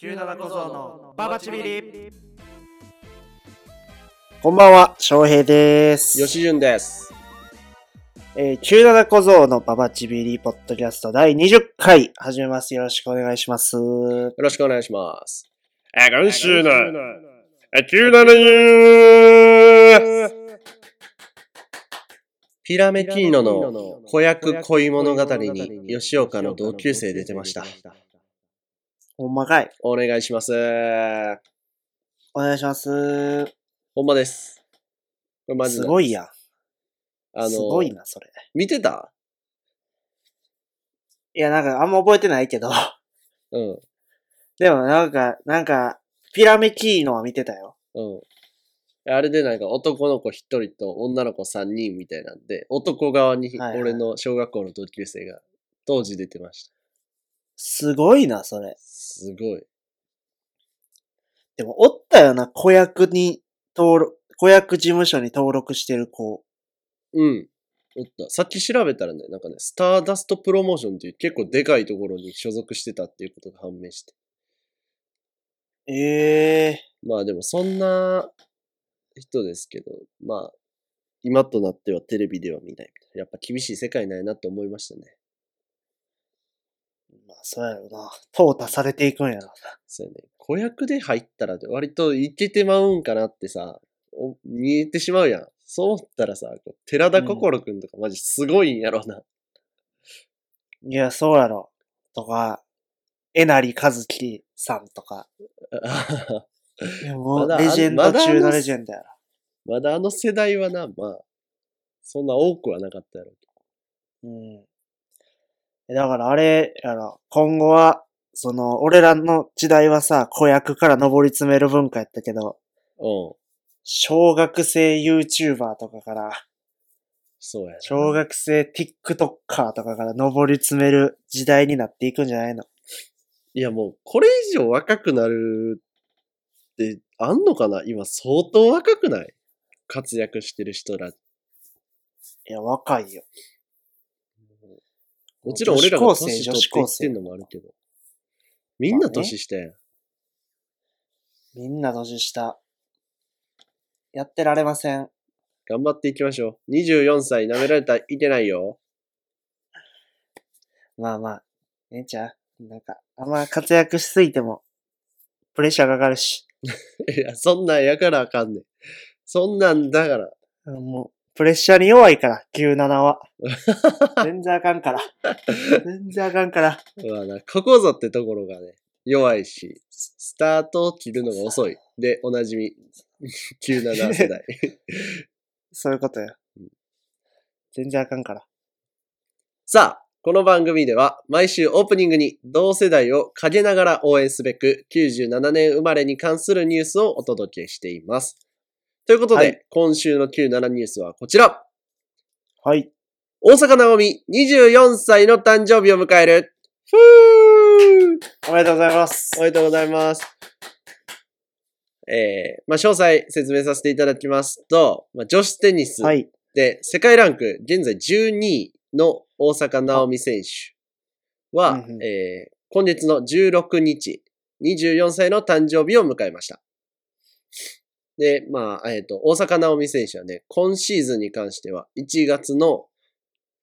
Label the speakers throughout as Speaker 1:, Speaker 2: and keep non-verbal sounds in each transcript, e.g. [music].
Speaker 1: 97小僧のババチビリ
Speaker 2: こんばんは、翔平です。
Speaker 3: 吉潤です。
Speaker 2: えー、97小僧のババチビリポッドキャスト第20回始めます。よろしくお願いします。は
Speaker 3: よろしくお願いします。え、今週の、え、
Speaker 4: 97
Speaker 3: ニューピラメキーノの子役恋物語に吉岡の同級生出てました。
Speaker 2: ほんまかい。
Speaker 3: お願いします。
Speaker 2: お願いします。
Speaker 3: ほんまです。これマジ
Speaker 2: す
Speaker 3: で
Speaker 2: ごいやん。
Speaker 3: あ
Speaker 2: す
Speaker 3: の
Speaker 2: ごい、な、それ。
Speaker 3: 見てた
Speaker 2: いや、なんかあんま覚えてないけど。 [laughs]
Speaker 3: うん、
Speaker 2: でもなんか、なんか、ピラメキーノは見てたよ。
Speaker 3: うん。あれでなんか男の子一人と女の子三人みたいなんで、男側に
Speaker 2: はいはい
Speaker 3: 俺の小学校の同級生が当時出てました。
Speaker 2: すごいな、それ。
Speaker 3: すごい。
Speaker 2: でも、おったよな、子役に登録、子役事務所に登録してる子。
Speaker 3: うん。おった。さっき調べたらね、なんかね、スターダストプロモーションっていう結構でかいところに所属してたっていうことが判明して。
Speaker 2: ええ
Speaker 3: まあでもそんな人ですけど、まあ、今となってはテレビでは見ない。やっぱ厳しい世界ないなって思いましたね。
Speaker 2: まあ、そうやろな。淘汰されていくんやろな。
Speaker 3: そうやね。子役で入ったら割といけてまうんかなってさ、お見えてしまうやん。そう思ったらさ、こう寺田心くんとかマジすごいんやろうな。
Speaker 2: いや、そうやろ。とか、えなりかずきさんとか。いやも
Speaker 3: ま
Speaker 2: う、
Speaker 3: だ
Speaker 2: レジェン
Speaker 3: ま
Speaker 2: ド
Speaker 3: だ
Speaker 2: 中のレジェンドやろ。
Speaker 3: まだあの世代はな、まあ、そんな多くはなかったやろうけ
Speaker 2: うん。えだからあれ、やろ、今後は、その、俺らの時代はさ、子役から上り詰める文化やったけど、
Speaker 3: ど。うん。
Speaker 2: 小学生 YouTuber とかから、
Speaker 3: そうやな。
Speaker 2: 小学生 TikToker とかから上り詰める時代になっていくんじゃないの
Speaker 3: いやもう、これ以上若くなるって、あんのかな今相当若くない活躍してる人ら。
Speaker 2: いや、若いよ。
Speaker 3: もちろん俺らが
Speaker 2: 女子高生
Speaker 3: 年取っていってんのもあるけど。みんな年下やん。
Speaker 2: みんな年下。やってられません。
Speaker 3: 頑張っていきましょう。24歳舐められたらいけないよ。
Speaker 2: まあまあ、ええんちゃうなんか、あんま活躍しすぎても、プレッシャーかかるし、
Speaker 3: いや、そんなんやからあかんねん。そんなんだから。
Speaker 2: あのもう、プレッシャーに弱いから、97は。 [laughs] 全然あかんから。全然あかんから。
Speaker 3: [laughs] まあな、ここぞってところがね、弱いし、ススタートを切るのが遅い。で、おなじみ、97
Speaker 2: [laughs]
Speaker 3: 世代。
Speaker 2: そういうことよ。全然あかんから。
Speaker 3: さあ、この番組では毎週オープニングに同世代を陰ながら応援すべく97年生まれに関するニュースをお届けしています。ということで、
Speaker 2: はい
Speaker 3: 今週の97ニュースはこちら。
Speaker 2: はい。
Speaker 3: 大阪直美24歳の誕生日を迎える。ふー
Speaker 2: おめでとうございます。
Speaker 3: おめでとうございます。えー、まあ、詳細説明させていただきますと、まあ、女子テニス
Speaker 2: はい。
Speaker 3: で、世界ランク現在12位の大坂なおみ選手
Speaker 2: あ
Speaker 3: は
Speaker 2: うんう、ん
Speaker 3: えー今月の16日、24歳の誕生日を迎えました。で、まあ、えっ、と、大坂なおみ選手はね、今シーズンに関しては、1月の、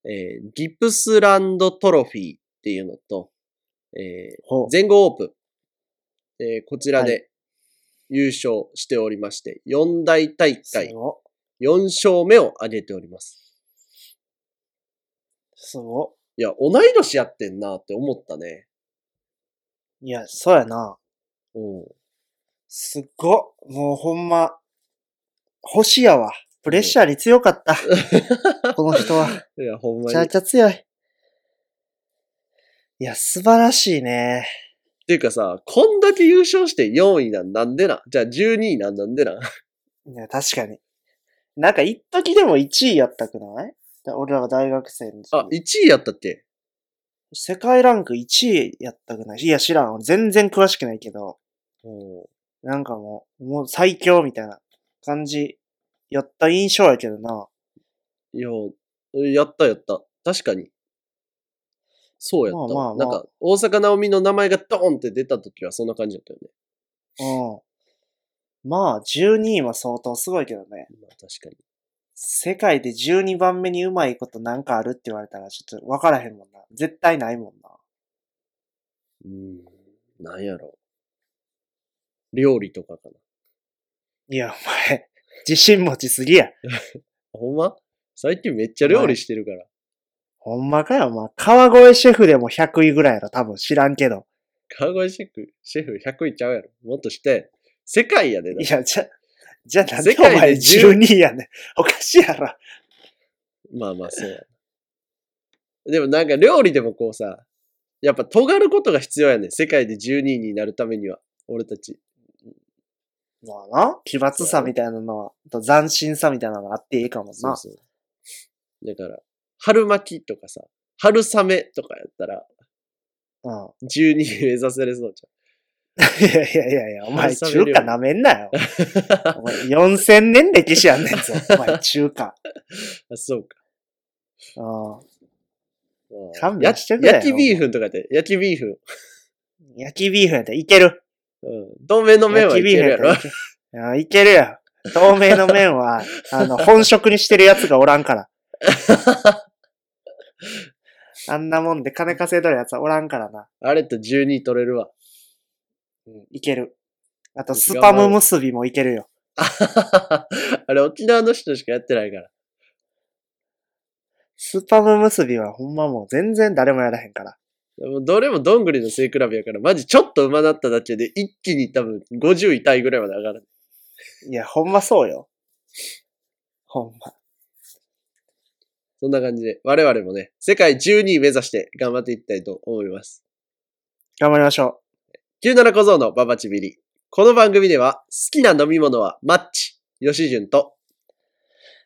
Speaker 3: えーギプスランドトロフィーっていうのと、えー
Speaker 2: ほう。
Speaker 3: 全豪オープン、えーこちら
Speaker 2: は
Speaker 3: で優勝しておりまして、4大大
Speaker 2: す
Speaker 3: 会
Speaker 2: ご。
Speaker 3: 4勝目を挙げております。
Speaker 2: すご。
Speaker 3: いや、同い年やってんなって思ったね。
Speaker 2: いや、そうやな。
Speaker 3: うん。
Speaker 2: すっご。もうほんま、星やわ。プレッシャーに強かった。この人は。
Speaker 3: いや、ほん
Speaker 2: め
Speaker 3: ま
Speaker 2: ちゃ
Speaker 3: に。っ
Speaker 2: めちゃ強い。いや、素晴らしいね。
Speaker 3: ていうかさ、こんだけ優勝して4位なんなんでなんじゃあ12位なんなんでなん
Speaker 2: いや、確かに。なんか、一時でも1位やったくないだ俺らが大学生の時
Speaker 3: あ、1位やったっけ
Speaker 2: 世界ランク1位やったくないいや、知らん。俺全然詳しくないけど、
Speaker 3: うん。
Speaker 2: なんかもう、もう最強みたいな感じ、やった印象やけどな。
Speaker 3: いや、やったやった。確かに。そうやったわ。
Speaker 2: まあまあまあ
Speaker 3: なんか、大阪直美の名前がドーンって出た時はそんな感じだったよね。
Speaker 2: うん。まあ、12位は相当すごいけどね。
Speaker 3: まあ、確かに。
Speaker 2: 世界で12番目にうまいことなんかあるって言われたらちょっとわからへんもんな。絶対ないもんな。
Speaker 3: うん。なんやろう。料理とかかな。
Speaker 2: いや、お前、自信持ちすぎや。
Speaker 3: ほんま最近めっちゃ料理してるから。
Speaker 2: ほんまかよ、お前。川越シェフでも100位ぐらいやろ、多分知らんけど。
Speaker 3: 川越シェフ、シェフ100いっちゃうやろ。もっとして、世界やでな。
Speaker 2: いや、じゃ、じゃあなんで
Speaker 3: 世
Speaker 2: お
Speaker 3: 界で
Speaker 2: 前
Speaker 3: 10
Speaker 2: 12位やねん。おかしいやろ。
Speaker 3: まあまあ、そうやな。でもなんか料理でもこうさ、やっぱ尖ることが必要やねん。世界で12位になるためには、俺たち。
Speaker 2: まあな、奇抜さみたいなのは、と斬新さみたいなのがあっていいかも
Speaker 3: そう
Speaker 2: な。
Speaker 3: そう。だから、春巻きとかさ、春雨とかやったら、
Speaker 2: うん。
Speaker 3: 12位目指せれそうじ
Speaker 2: いやいやいやいや、お前
Speaker 3: 春
Speaker 2: 中
Speaker 3: 雨料理
Speaker 2: 華舐めんなよ。
Speaker 3: ゃん。 [laughs]
Speaker 2: お前4000年歴史やんねんぞ、お前中華。
Speaker 3: あそうか。
Speaker 2: うん。
Speaker 3: うん
Speaker 2: 勘
Speaker 3: や
Speaker 2: 弁してくれよ
Speaker 3: 焼きビーフンとかやって、焼きビーフン。
Speaker 2: 焼きビーフンやったらいける。
Speaker 3: うん。同盟の麺はいけるやろ
Speaker 2: 焼。きビーフンやったらいける。うんいけるよ。透明の麺
Speaker 3: [laughs]
Speaker 2: は、あの、本職にしてるやつがおらんから。あんなもんで金稼いどるやつはおらんからな。
Speaker 3: あれと12位取れるわ。 [laughs]
Speaker 2: うん、いける。あと、スパム結びもいけるよ。
Speaker 3: あれ沖縄の人しかやってないから。
Speaker 2: スパム結びはほんまもう全然誰もやらへんから。
Speaker 3: もうどれもどんぐりの背比べやから、マジちょっと馬なっただけで一気に多分50位タイぐらいまで上がる。
Speaker 2: いや、ほんまそうよ。ほんま。
Speaker 3: そんな感じで、我々もね、世界12位目指して頑張っていきたいと思います。
Speaker 2: 頑張りましょ
Speaker 3: 97小僧のババチビリ。この番組では、好きな飲み物はマッチ、ヨシジュンと、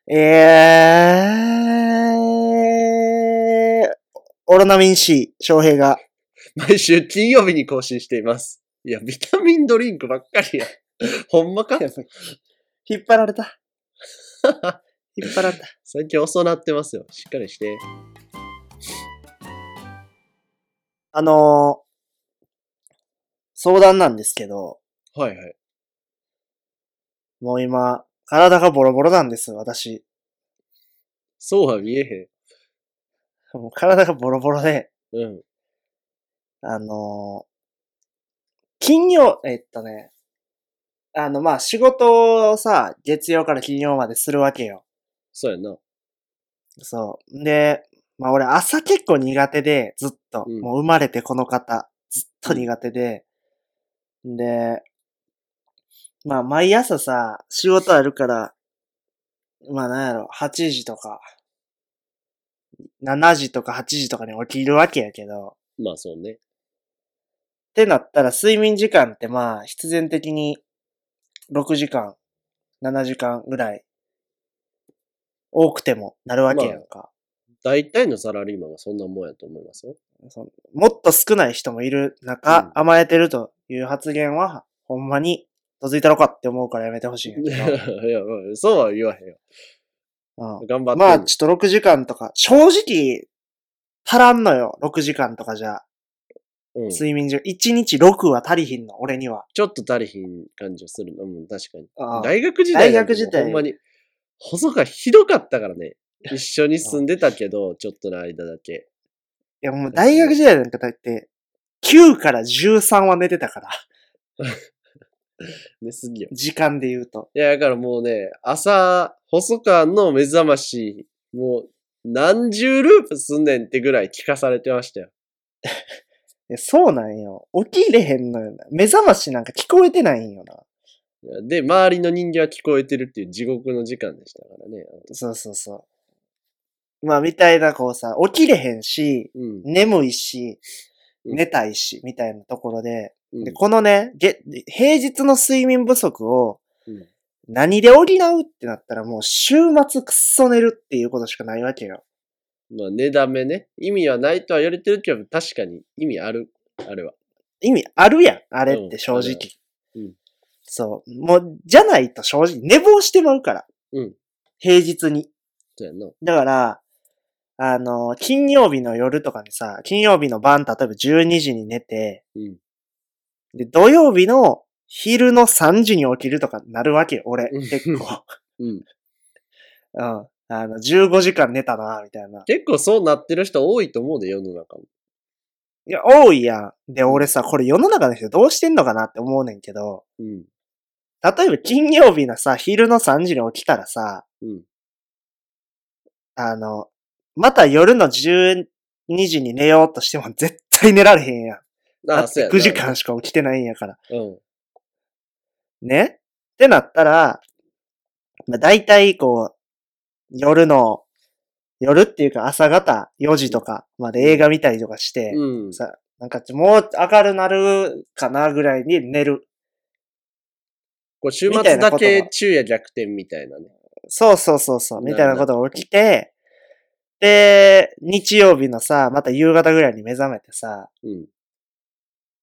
Speaker 2: う。えー、オロナミン C、翔平が。
Speaker 3: [laughs] 毎週金曜日に更新しています。いや、ビタミンドリンクばっかりや。 [laughs] ほんまか [laughs]
Speaker 2: やばい引っ張られた。引っ張られた。
Speaker 3: 最近遅なってますよ。しっかりして。
Speaker 2: あのー相談なんですけど、
Speaker 3: はいはい。
Speaker 2: もう今、体がボロボロなんです、私。
Speaker 3: そうは見え
Speaker 2: もう体がボロボロで、
Speaker 3: へん。うん。
Speaker 2: あのー金曜、えっとね、あの、まあ、仕事をさ、月曜から金曜までするわけよ。
Speaker 3: そうやな。
Speaker 2: そう。で、まあ、俺朝結構苦手で、ずっと、
Speaker 3: うん
Speaker 2: もう生まれてこの方、ずっと苦手で、で、まあ、毎朝さ、仕事あるから、まあ、なんやろ、8時とか、7時とか8時とかに起きるわけやけど、
Speaker 3: まあそうね。
Speaker 2: ってなったら睡眠時間ってまあ必然的に6時間、7時間ぐらい多くてもなるわけやんか。
Speaker 3: 大体のサラリーマンがそんなもんやと思いますよ。
Speaker 2: そのもっと少ない人もいる中、
Speaker 3: うん
Speaker 2: 甘えてるという発言はほんまにどついたろかって思うからやめてほしいん
Speaker 3: [laughs] い
Speaker 2: や
Speaker 3: や、
Speaker 2: け
Speaker 3: ま
Speaker 2: ど
Speaker 3: あそうは言わへんよ。 [laughs]
Speaker 2: うん
Speaker 3: 頑張ってんの。
Speaker 2: まあちょっと6時間とか、正直足らんのよ、6時間とかじゃ。
Speaker 3: うん、ち
Speaker 2: 睡眠時間、1日6は足りひんの、俺には。
Speaker 3: ょっと足りひん感じはするの。うん、確かに。
Speaker 2: うん
Speaker 3: 大学時代なんて
Speaker 2: 大学時代
Speaker 3: ほんまに、細川ひどかったからね。一緒に住んでたけど、ちょっとの間だけ。
Speaker 2: いや、もう大学時代なんかだって、9から13は寝てたから、
Speaker 3: 寝すぎよ。
Speaker 2: 時間で言うと。
Speaker 3: いや、だからもうね、朝、細川の目覚まし、もう、何十ループすんねんってぐらい聞かされてましたよ。
Speaker 2: いやそうなんよ。起きれへんのよな。目覚ましなんか聞こえてないんよな。
Speaker 3: で、周りの人間は聞こえてるっていう地獄の時間でしたからね。あの
Speaker 2: そうそうそう。まあ、みたいなこうさ、起きれへんし、
Speaker 3: うん。
Speaker 2: 眠いし、
Speaker 3: うん
Speaker 2: 寝たいし、みたいなところで、
Speaker 3: うん
Speaker 2: で、このね、げ平日の睡眠不足を
Speaker 3: うん、
Speaker 2: 何で補うってなったらもう週末くっそ寝るっていうことしかないわけよ。
Speaker 3: まあ、値段目ね。意味はないとは言われてるけど、確かに意味ある。あれは。
Speaker 2: 意味あるやん、あれっ
Speaker 3: うん
Speaker 2: て正
Speaker 3: ある
Speaker 2: 直
Speaker 3: ある。うん
Speaker 2: そう。もう、じゃないと正直、寝坊してまうから。
Speaker 3: うん
Speaker 2: 平日に。
Speaker 3: そうやな。
Speaker 2: だから、あの、金曜日の夜とかにさ、金曜日の晩、例えば12時に寝て、
Speaker 3: うん
Speaker 2: で、土曜日の昼の3時に起きるとかなるわけよ、俺
Speaker 3: うん。
Speaker 2: 結
Speaker 3: [laughs]
Speaker 2: 構。
Speaker 3: うん。
Speaker 2: うん。あの、15時間寝たな、みたいな。
Speaker 3: 結構そうなってる人多いと思うで、世の中も。
Speaker 2: いや、多いやん。で、俺さ、これ世の中の人どうしてんのかなって思うねんけど、
Speaker 3: うん。
Speaker 2: 例えば金曜日のさ、昼の3時に起きたらさ、
Speaker 3: うん。
Speaker 2: あの、また夜の12時に寝ようとしても絶対寝られへんやん。だ
Speaker 3: あ、
Speaker 2: っ
Speaker 3: そう
Speaker 2: て
Speaker 3: や
Speaker 2: 9時間しか起きてないんやから。
Speaker 3: な。うん。
Speaker 2: ねってなったら、まあ、大体こう、夜の、夜っていうか朝方4時とかまで映画見たりとかして、
Speaker 3: うん。
Speaker 2: さ、なんかもう明るなるかなぐらいに寝る。
Speaker 3: こう週
Speaker 2: みた
Speaker 3: 末
Speaker 2: いな
Speaker 3: だ
Speaker 2: こと
Speaker 3: け
Speaker 2: が
Speaker 3: 昼夜逆転みたいなね。
Speaker 2: そうそうそうそう、みたいなことが起きて、で、日曜日のさ、また夕方ぐらいに目覚めてさ、
Speaker 3: うん。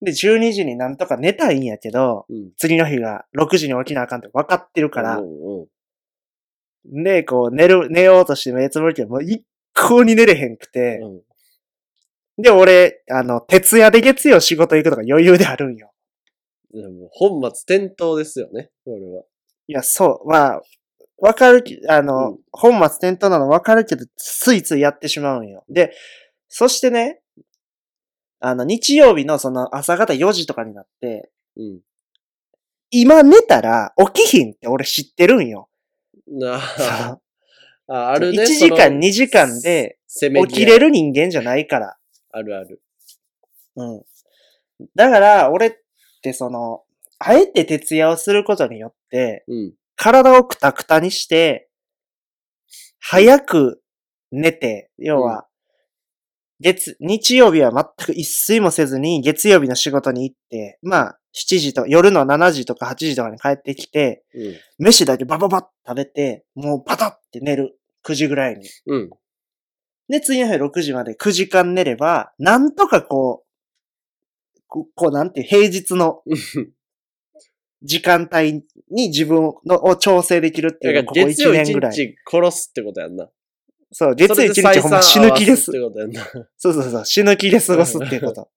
Speaker 2: で、12時になんとか寝たいんやけど、
Speaker 3: うん。
Speaker 2: 次の日が6時に起きなあかんって分かってるから
Speaker 3: うん、うん。
Speaker 2: で、こう、寝る、寝ようとして目つぶるけど、もう一向に寝れへんくて。
Speaker 3: うん
Speaker 2: で、俺、あの、徹夜で月曜仕事行くとか余裕であるんよ。
Speaker 3: でも本末転倒ですよね、これは。
Speaker 2: いや、そう、まあ、わかるけ、あの、
Speaker 3: うん
Speaker 2: 本末転倒なのわかるけど、ついついやってしまうんよ。で、そしてね、あの、日曜日のその朝方4時とかになって、
Speaker 3: うん。
Speaker 2: 今寝たら起きひんって俺知ってるん
Speaker 3: [laughs]
Speaker 2: よ。
Speaker 3: なあ、ああ
Speaker 2: あ
Speaker 3: るね。
Speaker 2: 1時間、2時間で起きれ
Speaker 3: る。
Speaker 2: る人間じゃないから。
Speaker 3: あるある。
Speaker 2: うん。だから、俺ってその、あえて徹夜をすることによって、
Speaker 3: うん。
Speaker 2: 体をクタクタにして、早く寝て、要
Speaker 3: うん
Speaker 2: は、月、日曜日は全く一睡もせずに、月曜日の仕事に行って、まあ、7時と、夜の7時とか8時とかに帰ってきて、
Speaker 3: うん。
Speaker 2: 飯だけバババッと食べて、もうバタって寝る。9時ぐらいに。
Speaker 3: うん。
Speaker 2: で、次の日6時まで9時間寝れば、なんとかこう、ここうなんていう、平日の時間帯に自分のを調整できるってい
Speaker 3: だ
Speaker 2: う
Speaker 3: か
Speaker 2: の
Speaker 3: ら
Speaker 2: がここ
Speaker 3: 月曜
Speaker 2: 1年
Speaker 3: 一
Speaker 2: ぐらい。
Speaker 3: 日殺すってことやんな。
Speaker 2: そう、月曜1日ほんま死ぬ気です
Speaker 3: そ。れで採算合わってことやんな。
Speaker 2: そうそうそう、死ぬ気で過ごすっていうこと。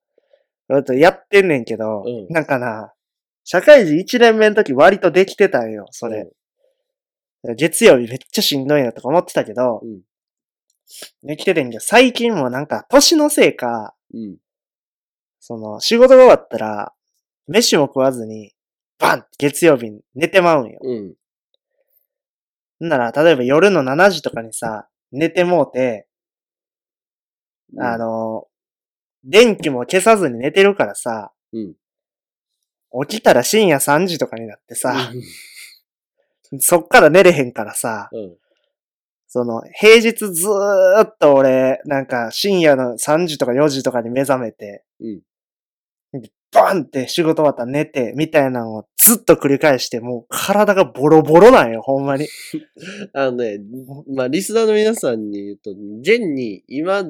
Speaker 2: あとやってんねんけど、
Speaker 3: うん
Speaker 2: なんかな、社会人1年目の時割とできてたんよ、それ。月曜日めっちゃしんどいなとか思ってたけど、
Speaker 3: うん
Speaker 2: できててんけど、最近もなんか年のせいか、
Speaker 3: うん。
Speaker 2: その、仕事が終わったら、飯も食わずに、バンって月曜日に寝てまうんよ。
Speaker 3: うん。
Speaker 2: んなら、例えば夜の7時とかにさ、寝てもうて、
Speaker 3: うん。
Speaker 2: あ、の、電気も消さずに寝てるからさ、
Speaker 3: うん
Speaker 2: 起きたら深夜3時とかになってさ、そっから寝れへんからさ、
Speaker 3: うん。
Speaker 2: その、平日ずーっと俺、なんか深夜の3時とか4時とかに目覚めて、
Speaker 3: うん
Speaker 2: バンって仕事終わったら寝て、みたいなのをずっと繰り返して、もう体がボロボロなんよ、ほんまに。
Speaker 3: あのね、まあ、リスナーの皆さんに言うと、現に今、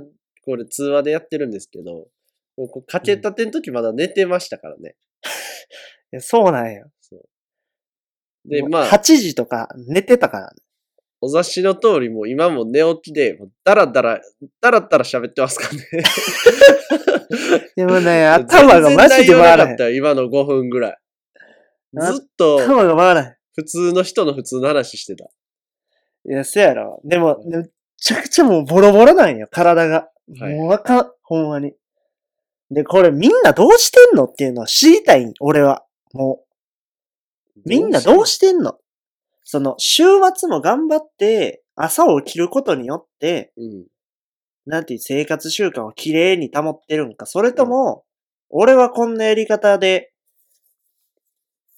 Speaker 3: これ通話でやってるんですけど、こうかけたての時まだ寝てましたからね。
Speaker 2: えそうなんよ。
Speaker 3: で、
Speaker 2: もう
Speaker 3: まあ
Speaker 2: 8、時とか寝てたからね。
Speaker 3: お察しの通り、もう今も寝起きで、もうダラダラ、ダラダラ喋ってますからね。
Speaker 2: で
Speaker 3: [laughs]
Speaker 2: もね、 [laughs] 頭がマジで
Speaker 3: 全然内容な
Speaker 2: 回ら
Speaker 3: か
Speaker 2: へ
Speaker 3: っ
Speaker 2: ん
Speaker 3: た。よ、今の5分ぐらい。
Speaker 2: あ
Speaker 3: ずっと、
Speaker 2: 頭が回らへ
Speaker 3: 普通の人の普通の話してた。
Speaker 2: ん。いや、そうやろ。でも、めちゃくちゃもうボロボロなんよ、体が。
Speaker 3: はい
Speaker 2: もうわかん、ほんまに。で、これみんなどうしてんのっていうのを知りたいん、俺は。もう。みんなどうしてんのその、週末も頑張って、朝を起きることによって、
Speaker 3: うん。
Speaker 2: なんていう生活習慣をきれいに保ってるんか。それとも、俺はこんなやり方で、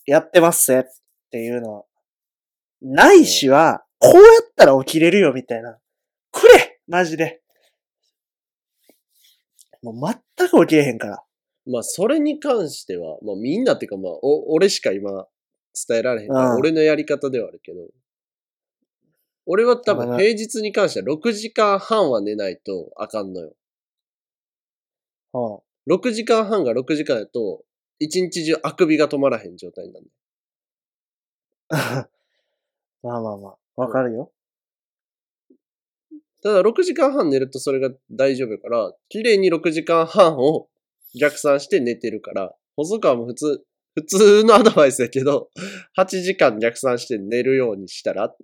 Speaker 2: やってますぜっていうのは。ないしは、こうやったら起きれるよみたいな。くれマジで。もう全く起きれへんから。
Speaker 3: まあ、それに関しては、まあ、みんなっていうか、まあ、お、俺しか今、伝えられへんから、
Speaker 2: うん
Speaker 3: 俺のやり方ではあるけど、俺は多
Speaker 2: だか
Speaker 3: 分
Speaker 2: ら
Speaker 3: 平日に関しては6時間半は寝ないとあかんのよ。
Speaker 2: うん。 [laughs]
Speaker 3: 6時間半が6時間やと、一日中あくびが止まらへん状態になる。
Speaker 2: まあまあまあ。わかるよ。
Speaker 3: ただ6時間半寝るとそれが大丈夫やから、綺麗に6時間半を逆算して寝てるから、細川も普通、普通のアドバイスやけど、8時間逆算して寝るようにしたら、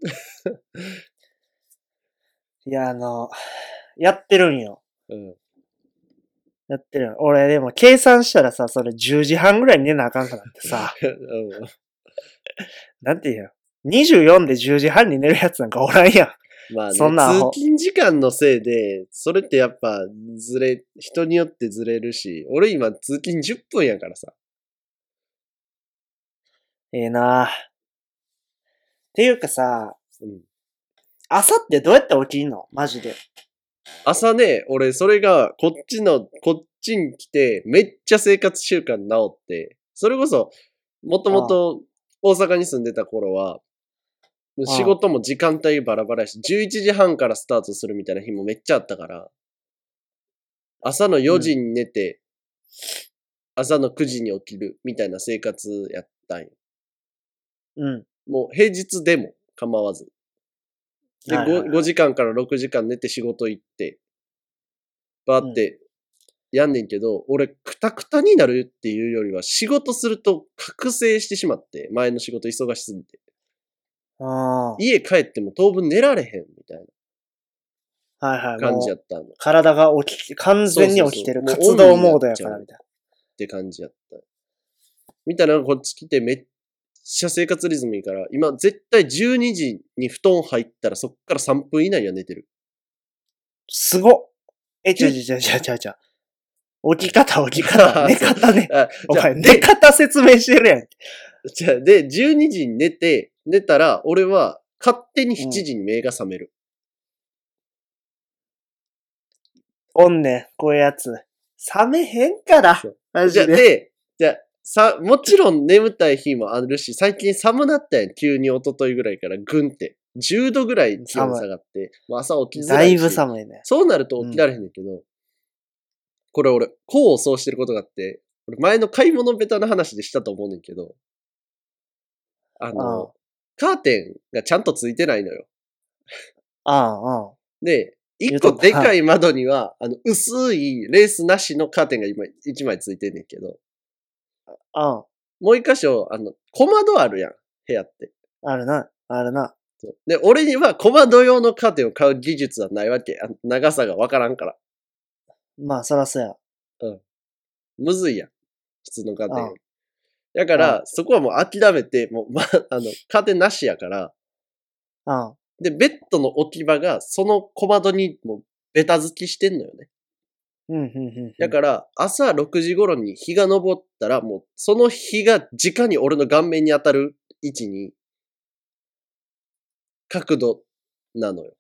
Speaker 2: いや、あの、やってるんよ。
Speaker 3: うん。 [laughs]
Speaker 2: やってるん俺、でも計算したらさ、それ10時半ぐらいに寝なあかんからってさ、
Speaker 3: うん
Speaker 2: なんて言うよ。24で10時半に寝るやつなんかおらんやん。
Speaker 3: まあね、通
Speaker 2: そんなアホ
Speaker 3: 勤時間のせいで、それってやっぱずれ、人によってずれるし、俺今通勤10分やからさ。
Speaker 2: ええなっていうかさ、
Speaker 3: うん
Speaker 2: 朝ってどうやって起きんのマジで。
Speaker 3: 朝ね、俺それがこっちの、こっちに来て、めっちゃ生活習慣治って、それこそ、もともと大阪に住んでた頃は、もう仕事も時間帯バラバラやし、11時半からスタートするみたいな日もめっちゃあったから、朝の4時に寝て、朝の9時に起きるみたいな生活やったんよ。
Speaker 2: うん。
Speaker 3: もう平日でも構わず。で、
Speaker 2: はいはいはい
Speaker 3: 5, 時間から6時間寝て仕事行って、バーってやんねんけど、俺、クタクタになるっていうよりは、仕事すると覚醒してしまって、前の仕事忙しすぎて。
Speaker 2: あ
Speaker 3: 家帰っても当分寝られへんみたい
Speaker 2: あ。はいはい。
Speaker 3: な感
Speaker 2: も
Speaker 3: じや
Speaker 2: う
Speaker 3: ったのっ
Speaker 2: 体が起き、完全に起きてる。
Speaker 3: そうそうそう
Speaker 2: 活動モードやからみたい
Speaker 3: て感じやった。みたいな、こっち来てめっちゃ生活リズムいいから、今絶対12時に布団入ったらそっから3分以内には寝てる。。
Speaker 2: な。すごっえ、ちゃちゃちゃちゃちゃ起き方、起き方、寝方ね
Speaker 3: [laughs] あ
Speaker 2: お
Speaker 3: じゃあ
Speaker 2: 前、寝方説明してるやん。
Speaker 3: じゃあ、で、12時に寝て、寝たら、俺は勝手に7時に目が覚める。
Speaker 2: おんねん、こういうやつ。冷めへんから
Speaker 3: そう。
Speaker 2: マ
Speaker 3: じゃあ、
Speaker 2: ジで。
Speaker 3: で、じゃあ、さ、もちろん眠たい日もあるし、最近寒なったやん、急に一昨日ぐらいから、ぐんって。10度ぐらい気温下がって、もう朝起きづ
Speaker 2: だ
Speaker 3: らい
Speaker 2: い
Speaker 3: し。
Speaker 2: ぶ寒いね。
Speaker 3: そうなると起きられへんねんけど、これ俺、功を奏してることがあって、俺前の買い物ベタな話でしたと思うねんけど、あの、
Speaker 2: ああ
Speaker 3: カーテンがちゃんとついてないのよ。
Speaker 2: あんうん。
Speaker 3: で、一
Speaker 2: 言うと
Speaker 3: 個
Speaker 2: った
Speaker 3: でかい窓には、あの、薄いレースなしのカーテンが今、一枚ついてんねんけど、
Speaker 2: うん。
Speaker 3: もう一箇所、あの、小窓あるやん、部屋って。
Speaker 2: あるな。あるな。
Speaker 3: そうで、俺には小窓用のカーテンを買う技術はないわけ。あの長さがわからんから。
Speaker 2: まあ、そらそうや。
Speaker 3: むずいやん。普通のカーテンより
Speaker 2: う
Speaker 3: だから、そこはもう諦めて、もう、ま、あの、カーテンなしやから、
Speaker 2: うん。
Speaker 3: で、ベッドの置き場が、その小窓に、もう、ベタ付きしてんのよね。
Speaker 2: うんうんうんうん。
Speaker 3: だから、朝6時頃に日が昇ったら、もう、その日が直に俺の顔面に当たる位置に、角度なのよ。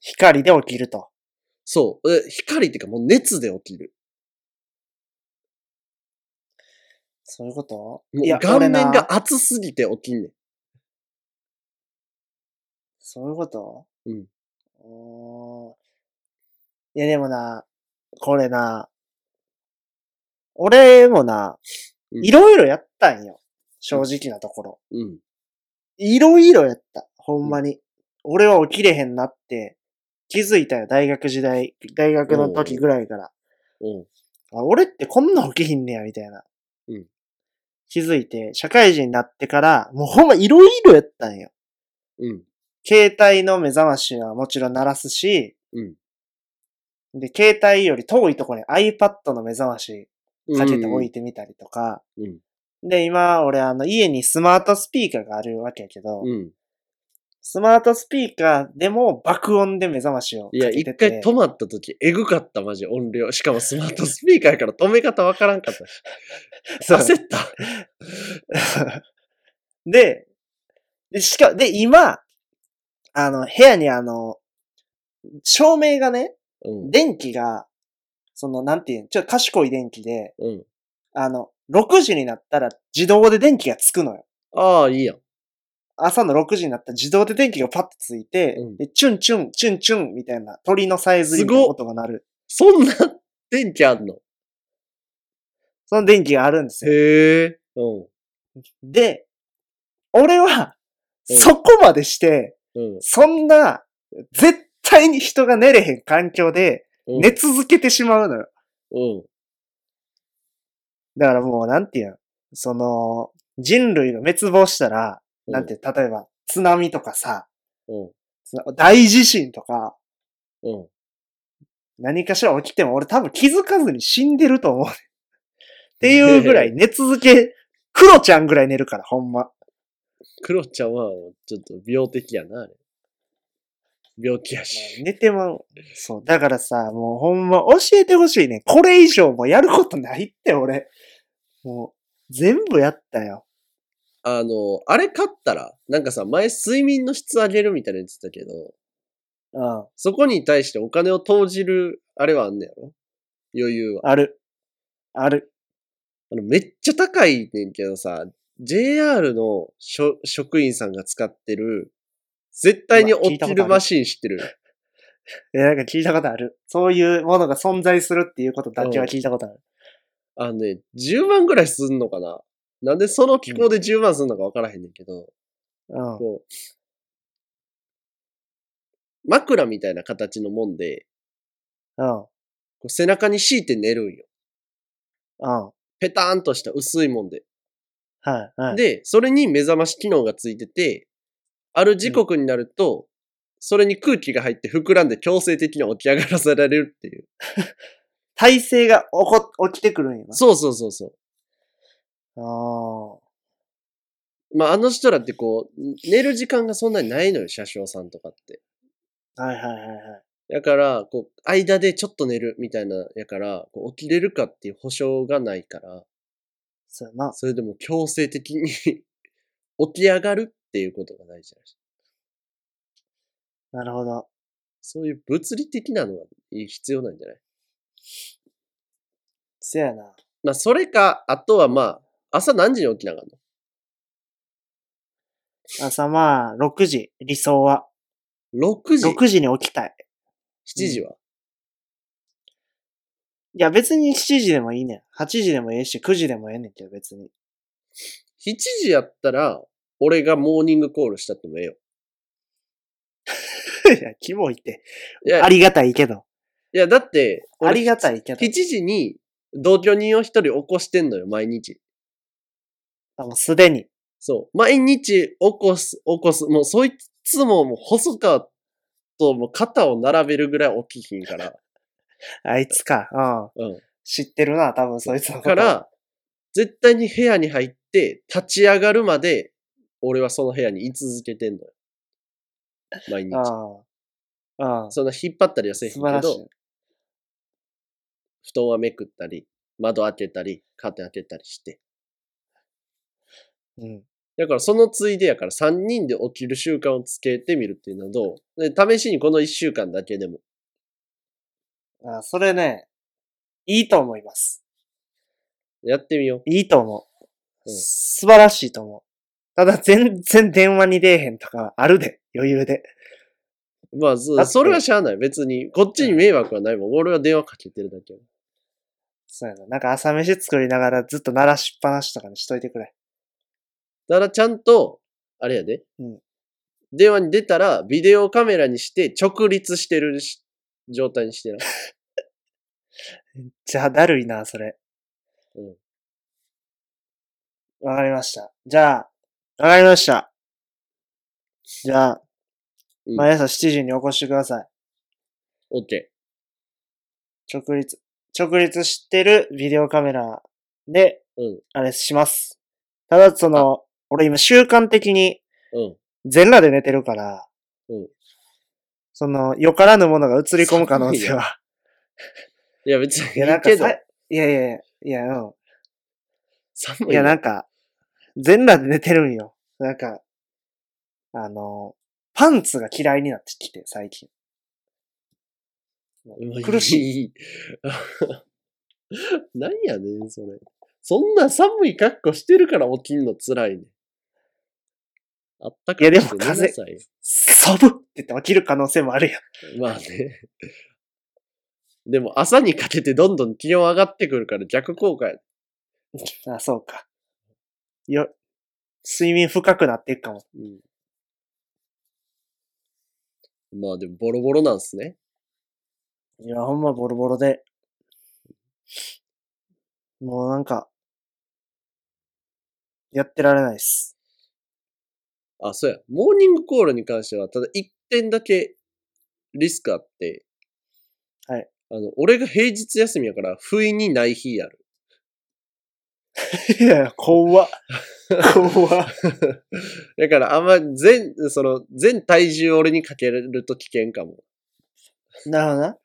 Speaker 2: 光で起きると。
Speaker 3: そう。え光っていうかもう熱で起きる。
Speaker 2: そういうこと
Speaker 3: も
Speaker 2: いうや、
Speaker 3: 顔
Speaker 2: 俺
Speaker 3: 面
Speaker 2: な。
Speaker 3: が熱すぎて起きんねん。
Speaker 2: そういうこと
Speaker 3: うん
Speaker 2: うーん。いや、でもな、これな、俺もな、
Speaker 3: うん
Speaker 2: いろいろやったんよ。正直なところ。
Speaker 3: うん。
Speaker 2: いろいろやった。ほんまに。俺は起きれへんなって気づいたよ。大学時代、大学の時ぐらいから。
Speaker 3: うん。
Speaker 2: あ俺ってこんな起きひんねや、みたいな。
Speaker 3: うん
Speaker 2: 気づいて、社会人になってから、もうほんまいろいろやったんよ。
Speaker 3: うん。
Speaker 2: 携帯の目覚ましはもちろん鳴らすし、
Speaker 3: うん
Speaker 2: で、携帯より遠いところに iPad の目覚まし
Speaker 3: うん。
Speaker 2: かけておいてみたりとか、
Speaker 3: うん。
Speaker 2: で、今、俺、あの、家にスマートスピーカーがあるわけやけど、
Speaker 3: うん。
Speaker 2: スマートスピーカーでも爆音で目覚ましをか
Speaker 3: い
Speaker 2: け
Speaker 3: や、
Speaker 2: て
Speaker 3: 一
Speaker 2: て
Speaker 3: 回止まった時、えぐかった、マジ、音量。しかもスマートスピーカーやから止め方わからんかったし。
Speaker 2: [laughs] そう
Speaker 3: 焦った。
Speaker 2: [laughs] で、で、しか、で、今、あの、部屋にあの、照明がね、
Speaker 3: うん。
Speaker 2: 電気が、その、なんていうん、ちょっと賢い電気で、
Speaker 3: うん。
Speaker 2: あの、6時になったら自動で電気がつくのよ。
Speaker 3: ああ、いいやん。
Speaker 2: 朝の6時になったら自動で電気がパッとついて、
Speaker 3: うん
Speaker 2: で、チュンチュン、チュンチュンみたいな鳥のさえずりみたいな音が鳴る。
Speaker 3: そんな電気あんの
Speaker 2: その電気があるんですよ。
Speaker 3: へえ。うん。
Speaker 2: で、俺は、
Speaker 3: うん
Speaker 2: そこまでして、
Speaker 3: うん。
Speaker 2: そんな、絶対に人が寝れへん環境で、
Speaker 3: うん
Speaker 2: 寝続けてしまうのよ。
Speaker 3: うん。
Speaker 2: だからもう、なんていうのその、人類が滅亡したら、なんて、例えば、津波とかさ、
Speaker 3: うん。
Speaker 2: その大地震とか、
Speaker 3: うん。
Speaker 2: 何かしら起きても俺多分気づかずに死んでると思うね。っていうぐら
Speaker 3: [laughs]
Speaker 2: い寝続け、クロちゃんぐらい寝るから、ほんま。
Speaker 3: クロちゃんは、ちょっと病的やな、あれ。病気やし。
Speaker 2: 寝てまう。そう。だからさ、もうほんま教えてほしいね。これ以上もうやることないって、俺。もう、全部やったよ。
Speaker 3: あの、あれ買ったら、なんかさ、前睡眠の質上げるみたいな言ってたけど、
Speaker 2: うん。
Speaker 3: そこに対してお金を投じる、あれはあんねやろ余裕は。
Speaker 2: ある。ある。
Speaker 3: あの、めっちゃ高いねんけどさ、JR のしょ職員さんが使ってる、絶対に
Speaker 2: うわ聞
Speaker 3: 落
Speaker 2: いた
Speaker 3: ち
Speaker 2: ことあ
Speaker 3: る
Speaker 2: る
Speaker 3: マシン知ってる。
Speaker 2: え、なんか聞いたことある。そういうものが存在するっていうことだけは聞いたことある。
Speaker 3: あのね、10万ぐらいすんのかななんでその気候で10万すんのかわからへんねんけど、
Speaker 2: うん。
Speaker 3: こう、枕みたいな形のもんで、
Speaker 2: うん。
Speaker 3: こう背中に敷いて寝るんよ。
Speaker 2: うん。
Speaker 3: ペターンとした薄いもんで。
Speaker 2: はい。はい。
Speaker 3: で、それに目覚まし機能がついてて、ある時刻になると、それに空気が入って膨らんで強制的に起き上がらせられるっていう。
Speaker 2: 体勢が起こ、起きてくるんやな。
Speaker 3: そうそうそうそ
Speaker 2: あ
Speaker 3: う。まあ、あの人らってこう、寝る時間がそんなにないのよ、車掌さんとかって。
Speaker 2: あ。はいはいはいはい。
Speaker 3: だから、こう、間でちょっと寝るみたいな、やから、こう起きれるかっていう保証がないから、
Speaker 2: そうやな。
Speaker 3: それでも強制的に [laughs] 起き上がるっていうことが大事だし。
Speaker 2: なるほど。
Speaker 3: そういう物理的なのが必要なんじゃない
Speaker 2: せやな。
Speaker 3: まあ、それか、あとはまあ、朝何時に起きながらの
Speaker 2: 朝まあ、6時、理想は。
Speaker 3: ?6 時 ?7
Speaker 2: 6時に起きたい。
Speaker 3: 時は、
Speaker 2: いや、別に7時でもいいねん。8時でもええし、9時でもええねんけど、別に。 [laughs]
Speaker 3: ?7 時やったら、俺がモーニングコールしたってもええよ。
Speaker 2: いや、キモいって。
Speaker 3: いや、
Speaker 2: あ
Speaker 3: い
Speaker 2: りがたいけど。
Speaker 3: やだって、
Speaker 2: ありが
Speaker 3: い。
Speaker 2: たいけど
Speaker 3: 7。時に同居人を一人起こしてんのよ、毎日。
Speaker 2: あもうすでに。
Speaker 3: そう。毎日起こす、起こす。もうそいつももう細川ともう肩を並べるぐらい起きひんから。
Speaker 2: あいつか。うん。
Speaker 3: うん。
Speaker 2: 知ってるな、多分そいつのこ
Speaker 3: だ
Speaker 2: と。
Speaker 3: から、絶対に部屋に入って、立ち上がるまで、俺はその部屋に居続けてんのよ。毎日。
Speaker 2: うん。うん。
Speaker 3: そんな引っ張ったりはせえへん
Speaker 2: 素
Speaker 3: け
Speaker 2: 晴らしい
Speaker 3: ど、。布団はめくったり、窓開けたり、カーテン開けたりして。
Speaker 2: うん。
Speaker 3: だからそのついでやから3人で起きる習慣をつけてみるっていうのはどうで試しにこの1週間だけでも。
Speaker 2: あそれね、いいと思います。
Speaker 3: やってみよ
Speaker 2: いいと思う。
Speaker 3: うん
Speaker 2: 素晴らしいと思う。ただ、全然電話に出えへんとか、あるで。余裕で。
Speaker 3: う。まあ、そ
Speaker 2: だって
Speaker 3: それはしゃあない。別に、こっちに迷惑はないもん。俺は電話かけてるだけ。
Speaker 2: そうやな。なんか朝飯作りながらずっと鳴らしっぱなしとかにしといてくれ。
Speaker 3: ただちゃんと、あれやで。
Speaker 2: うん
Speaker 3: 電話に出たら、ビデオカメラにして、直立してるし状態にして
Speaker 2: [laughs]
Speaker 3: な。
Speaker 2: じゃあ、だるいな、それ。
Speaker 3: うん。
Speaker 2: わかりました。じゃあ、わかりました。じゃあ、
Speaker 3: うん
Speaker 2: 毎朝7時に起こしてください。
Speaker 3: オッケ
Speaker 2: 直立、直立してるビデオカメラで、
Speaker 3: うん
Speaker 2: あれします。ただ、その、俺今習慣的に
Speaker 3: ー。うん。
Speaker 2: 全裸で寝てるから、
Speaker 3: うん
Speaker 2: その、よからぬものが映り込む可能性は。
Speaker 3: いや、別
Speaker 2: い
Speaker 3: にい
Speaker 2: や、なん
Speaker 3: い
Speaker 2: か
Speaker 3: けど
Speaker 2: さ、、いやいやいや、いや、うん。
Speaker 3: 寒い
Speaker 2: いや、
Speaker 3: よ
Speaker 2: なんか、全裸で寝てるんよ。なんか、あの、パンツが嫌いになってきて、最近。
Speaker 3: うん
Speaker 2: 苦しい。
Speaker 3: [laughs] い。なんやねん、それ。そんな寒い格好してるから起きんの辛いね。あったかく
Speaker 2: いやでも
Speaker 3: して寝なさいよ
Speaker 2: 寒っって言って起きる可能性もあるやん。
Speaker 3: まあね。でも朝にかけてどんどん気温上がってくるから逆効果や。
Speaker 2: あ、そうか。よ、睡眠深くなっていくかも。
Speaker 3: うんまあでもボロボロなんすね。
Speaker 2: いや、ほんまボロボロで。もうなんか、やってられないっす。
Speaker 3: あ、そうや。モーニングコールに関しては、ただ一点だけリスクあって。
Speaker 2: はい。
Speaker 3: あの、俺が平日休みやから、不意にない日やる。
Speaker 2: いやいや、 [laughs] 怖っ。怖っ。
Speaker 3: [laughs] だから、あんま全、その、全体重俺にかけると危険かも。
Speaker 2: なるほどな。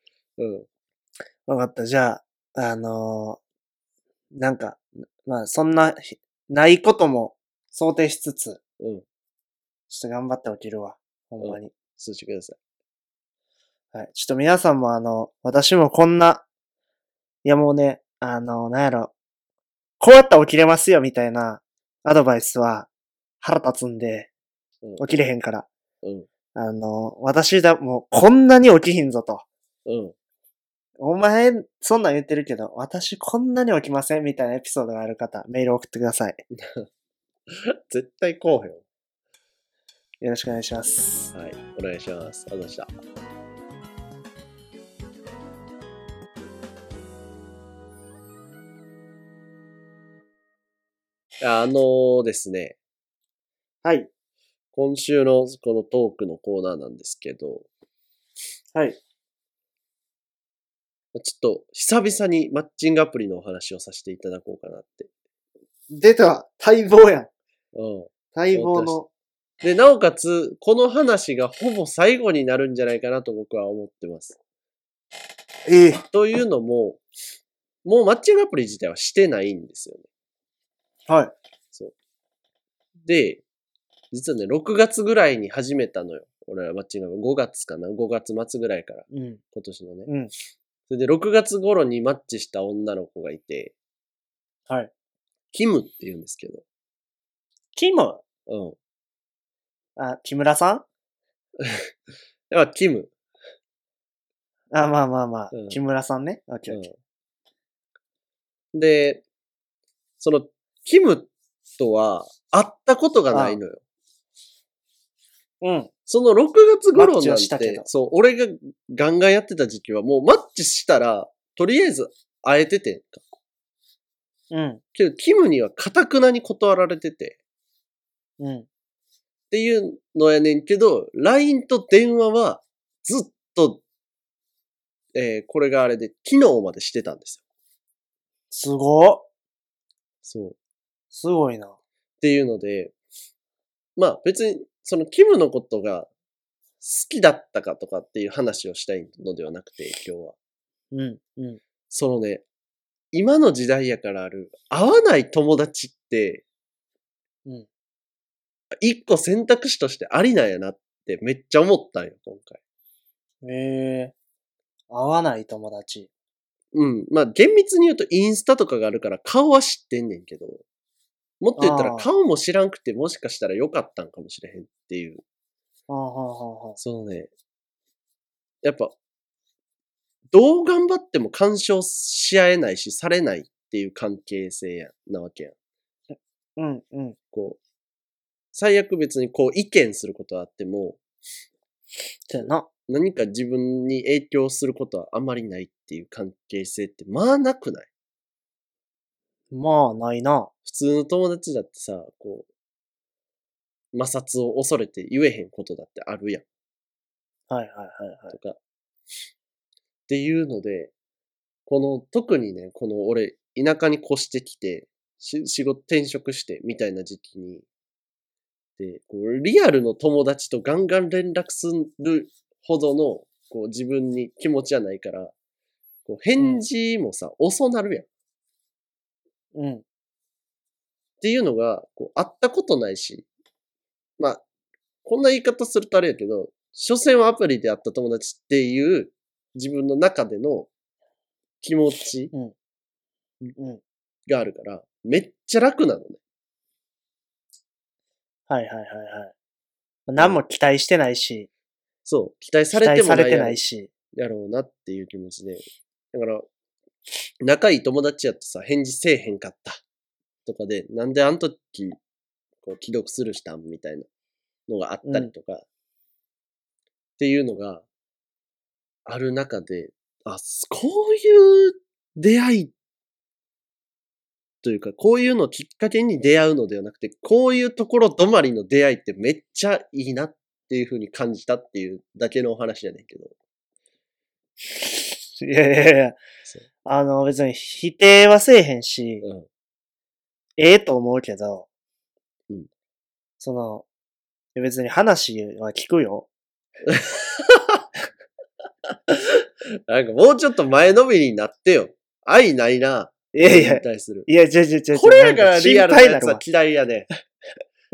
Speaker 3: うん。
Speaker 2: わかった。じゃあ、あのーなんか、まあ、そんなひ、ないことも想定しつつ、
Speaker 3: うん。
Speaker 2: ちょっと頑張って起きるわ。ほんまに。
Speaker 3: そうしてください。
Speaker 2: はい。ちょっと皆さんもあの、私もこんな、いやもうね、あの、なんやろ、こうやったら起きれますよみたいなアドバイスは腹立つんで、
Speaker 3: うん
Speaker 2: 起きれへんから。
Speaker 3: うん。
Speaker 2: あの、私だ、もうこんなに起きひんぞと。
Speaker 3: うん。
Speaker 2: お前、そんなん言ってるけど、私こんなに起きませんみたいなエピソードがある方、メール送ってください。
Speaker 3: 絶対こうへ
Speaker 2: よろしくお願いします。
Speaker 3: ん。はい。お願いします。ありがとうございました。あのーですね、
Speaker 2: はい。
Speaker 3: 今週のこのトークのコーナーなんですけど、
Speaker 2: はい。
Speaker 3: ちょっと久々にマッチングアプリのお話をさせていただこうかなって。
Speaker 2: 出た待望やん。
Speaker 3: うん。
Speaker 2: 待望の。
Speaker 3: で、なおかつ、この話がほぼ最後になるんじゃないかなと僕は思ってます。
Speaker 2: ええ
Speaker 3: というのも、もうマッチングアプリ自体はしてないんですよね。
Speaker 2: はい。
Speaker 3: で、実はね、6月ぐらいに始めたのよ。俺らマッチングアプリ5月かな ?5 月末ぐらいから、
Speaker 2: うん。
Speaker 3: 今年のね。
Speaker 2: うん。
Speaker 3: それで、6月頃にマッチした女の子がいて、
Speaker 2: はい。
Speaker 3: キムって言うんですけど、
Speaker 2: キム
Speaker 3: うん。
Speaker 2: あ、木村さん
Speaker 3: やっぱキム。
Speaker 2: あ、まあまあまあ、
Speaker 3: うん
Speaker 2: 木村さんね。オッケーオッケ
Speaker 3: うんで、その、キムとは会ったことがないのよ。
Speaker 2: ーうん。
Speaker 3: その6月頃
Speaker 2: マッチ
Speaker 3: なん
Speaker 2: はしたけ
Speaker 3: て
Speaker 2: ど、
Speaker 3: そう、俺がガンガンやってた時期はもうマッチしたら、とりあえず会えててんか。
Speaker 2: うん。
Speaker 3: けど、キムには堅くなに断られてて、
Speaker 2: うん。
Speaker 3: っていうのやねんけど、LINE と電話はずっと、えーこれがあれで、昨日までしてたんですよ。
Speaker 2: すごっ。
Speaker 3: そう。
Speaker 2: すごいな。
Speaker 3: っていうので、まあ別に、そのキムのことが好きだったかとかっていう話をしたいのではなくて、今日は。
Speaker 2: うん。うん。
Speaker 3: そのね、今の時代やからある、合わない友達って、
Speaker 2: うん。
Speaker 3: 一個選択肢としてありなんやなってめっちゃ思ったんよ、今回。
Speaker 2: ええ合わない友達。
Speaker 3: うん。まあ厳密に言うとインスタとかがあるから顔は知ってんねんけど、もっと言ったら
Speaker 2: あー
Speaker 3: 顔も知らんくてもしかしたらよかったんかもしれへんっていう
Speaker 2: はあ、はあはあはあ、
Speaker 3: そのね、やっぱ、どう頑張っても干渉し合えないし、されないっていう関係性やんなわけやん。
Speaker 2: うん。うん。
Speaker 3: こう、最悪別にこう意見することはあっても、
Speaker 2: てな。
Speaker 3: 何か自分に影響することはあまりないっていう関係性って、まあなくない
Speaker 2: まあ、ないな。
Speaker 3: 普通の友達だってさ、こう、摩擦を恐れて言えへんことだってあるやん。
Speaker 2: はいはいはいはい。
Speaker 3: とか、っていうので、この、特にね、この俺、田舎に越してきて、し仕事転職して、みたいな時期に、で、こうリアルの友達とガンガン連絡するほどの、こう自分に気持ちはないから、こう返事もさ、遅なるやん。っ
Speaker 2: うん。
Speaker 3: ていうのが、こう、会ったことないし、まあ、こんな言い方するとあれやけど、所詮はアプリで会った友達っていう自分の中での気持ち
Speaker 2: うん。
Speaker 3: があるから、めっちゃ楽なのね。
Speaker 2: はいはいはいはい。何も期待してないし、
Speaker 3: そう。期待
Speaker 2: 期
Speaker 3: されて
Speaker 2: 待
Speaker 3: もな
Speaker 2: さ
Speaker 3: い
Speaker 2: れて
Speaker 3: や
Speaker 2: な
Speaker 3: ろ
Speaker 2: いし。
Speaker 3: やろうなっていう気持ちで。だから、仲いい友達やとさ、返事せえへんかった。とかで、なんであの時、こう、既読するしたんみたいなのがあったりとか。っていうのがある中で、あ、こういう出会いというか、こういうのをきっかけに出会うのではなくて、こういうところ止まりの出会いってめっちゃいいなっていうふうに感じたっていうだけのお話やねんけど。
Speaker 2: [laughs] いやいやいや
Speaker 3: そう。
Speaker 2: あの、別に否定はせえへんし、
Speaker 3: うん
Speaker 2: ええと思うけど、
Speaker 3: うん
Speaker 2: その、別に話は聞くよ。
Speaker 3: なんかもうちょっと前のめりになってよ。愛ないな。
Speaker 2: いやいや
Speaker 3: に、対する。
Speaker 2: いや、ちょちょちょ。
Speaker 3: これやからリアルな
Speaker 2: な
Speaker 3: や
Speaker 2: ん
Speaker 3: つ
Speaker 2: か
Speaker 3: は嫌いやね。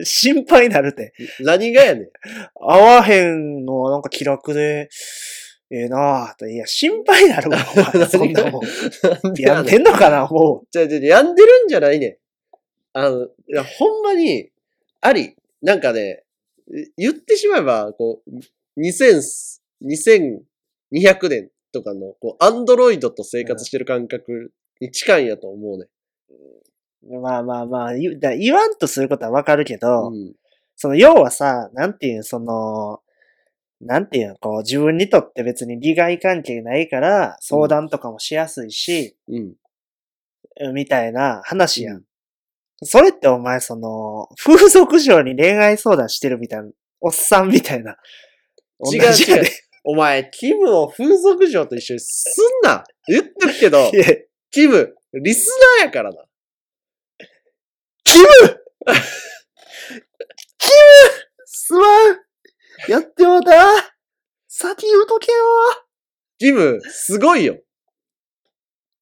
Speaker 2: 心配なるわ。心配なるって。
Speaker 3: 何がやねん。
Speaker 2: 合わへんのはなんか気楽で、ええなぁと。いや、心配なるわ、
Speaker 3: [laughs]
Speaker 2: お前。そんなもん。
Speaker 3: なんで
Speaker 2: や
Speaker 3: や
Speaker 2: っ
Speaker 3: ね
Speaker 2: て
Speaker 3: ん。
Speaker 2: んのかな、も
Speaker 3: じゃあじゃあやんでるんじゃないねん。あの、いや、ほんまに、あり。なんかね、言ってしまえば、こう、2000、2200年とかの、こう、アンドロイドと生活してる感覚に近いやと思うね。
Speaker 2: う。まあまあまあ、言うだ言わんとすることはわかるけど、
Speaker 3: うん。
Speaker 2: その、要はさ、なんていう、その、なんていうの、こう、自分にとって別に利害関係ないから、相談とかもしやすいし、
Speaker 3: うん。
Speaker 2: みたいな話やん。それってお前、その、風俗嬢に恋愛相談してるみたいな、おっさんみたいな。
Speaker 3: 違う
Speaker 2: 同じやで
Speaker 3: 違う。お前、キムを風俗嬢と一緒にすんな言ってるけど
Speaker 2: い、や
Speaker 3: キム、リスナーやからな。
Speaker 2: キム
Speaker 3: [laughs]
Speaker 2: キムすまんやってもうた先言うとけよ
Speaker 3: キム、すごいよ。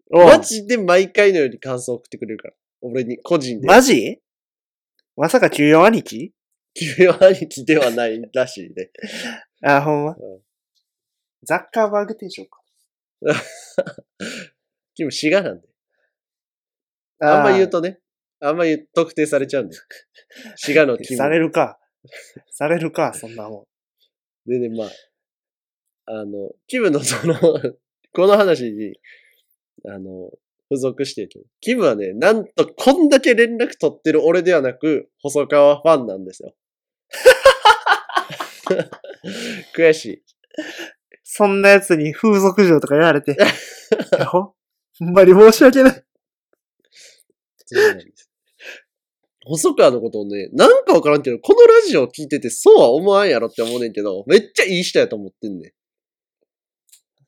Speaker 3: マ
Speaker 2: マジ
Speaker 3: ジで毎回のように感想送ってくれるから。俺に、個人で。
Speaker 2: マジまさか94兄貴
Speaker 3: キム兄貴ではないらしいね。
Speaker 2: あ、ほんま。
Speaker 3: ん
Speaker 2: ザッカーバーグテンションか。
Speaker 3: キム、滋賀なんで。あんま言うとね。あんま言う、特定されちゃうんで。滋賀の
Speaker 2: あー
Speaker 3: キム
Speaker 2: さ。れるか。されるか、そんなも
Speaker 3: でね、まあ、あの、キムのその、 [laughs] この話に、あの、付属してるけど、キムはね、なんとこんだけ連絡取ってる俺ではなく、細川ファンなんですよ。 [laughs] 悔しい。
Speaker 2: ん。そんな奴に風俗嬢とか言わ [laughs] れて。やほほんまに申し訳ない。
Speaker 3: そうなんです細川のことをね、なんかわからんけど、このラジオを聞いててそうは思わんやろって思うねんけど、めっちゃいい人やと思ってんね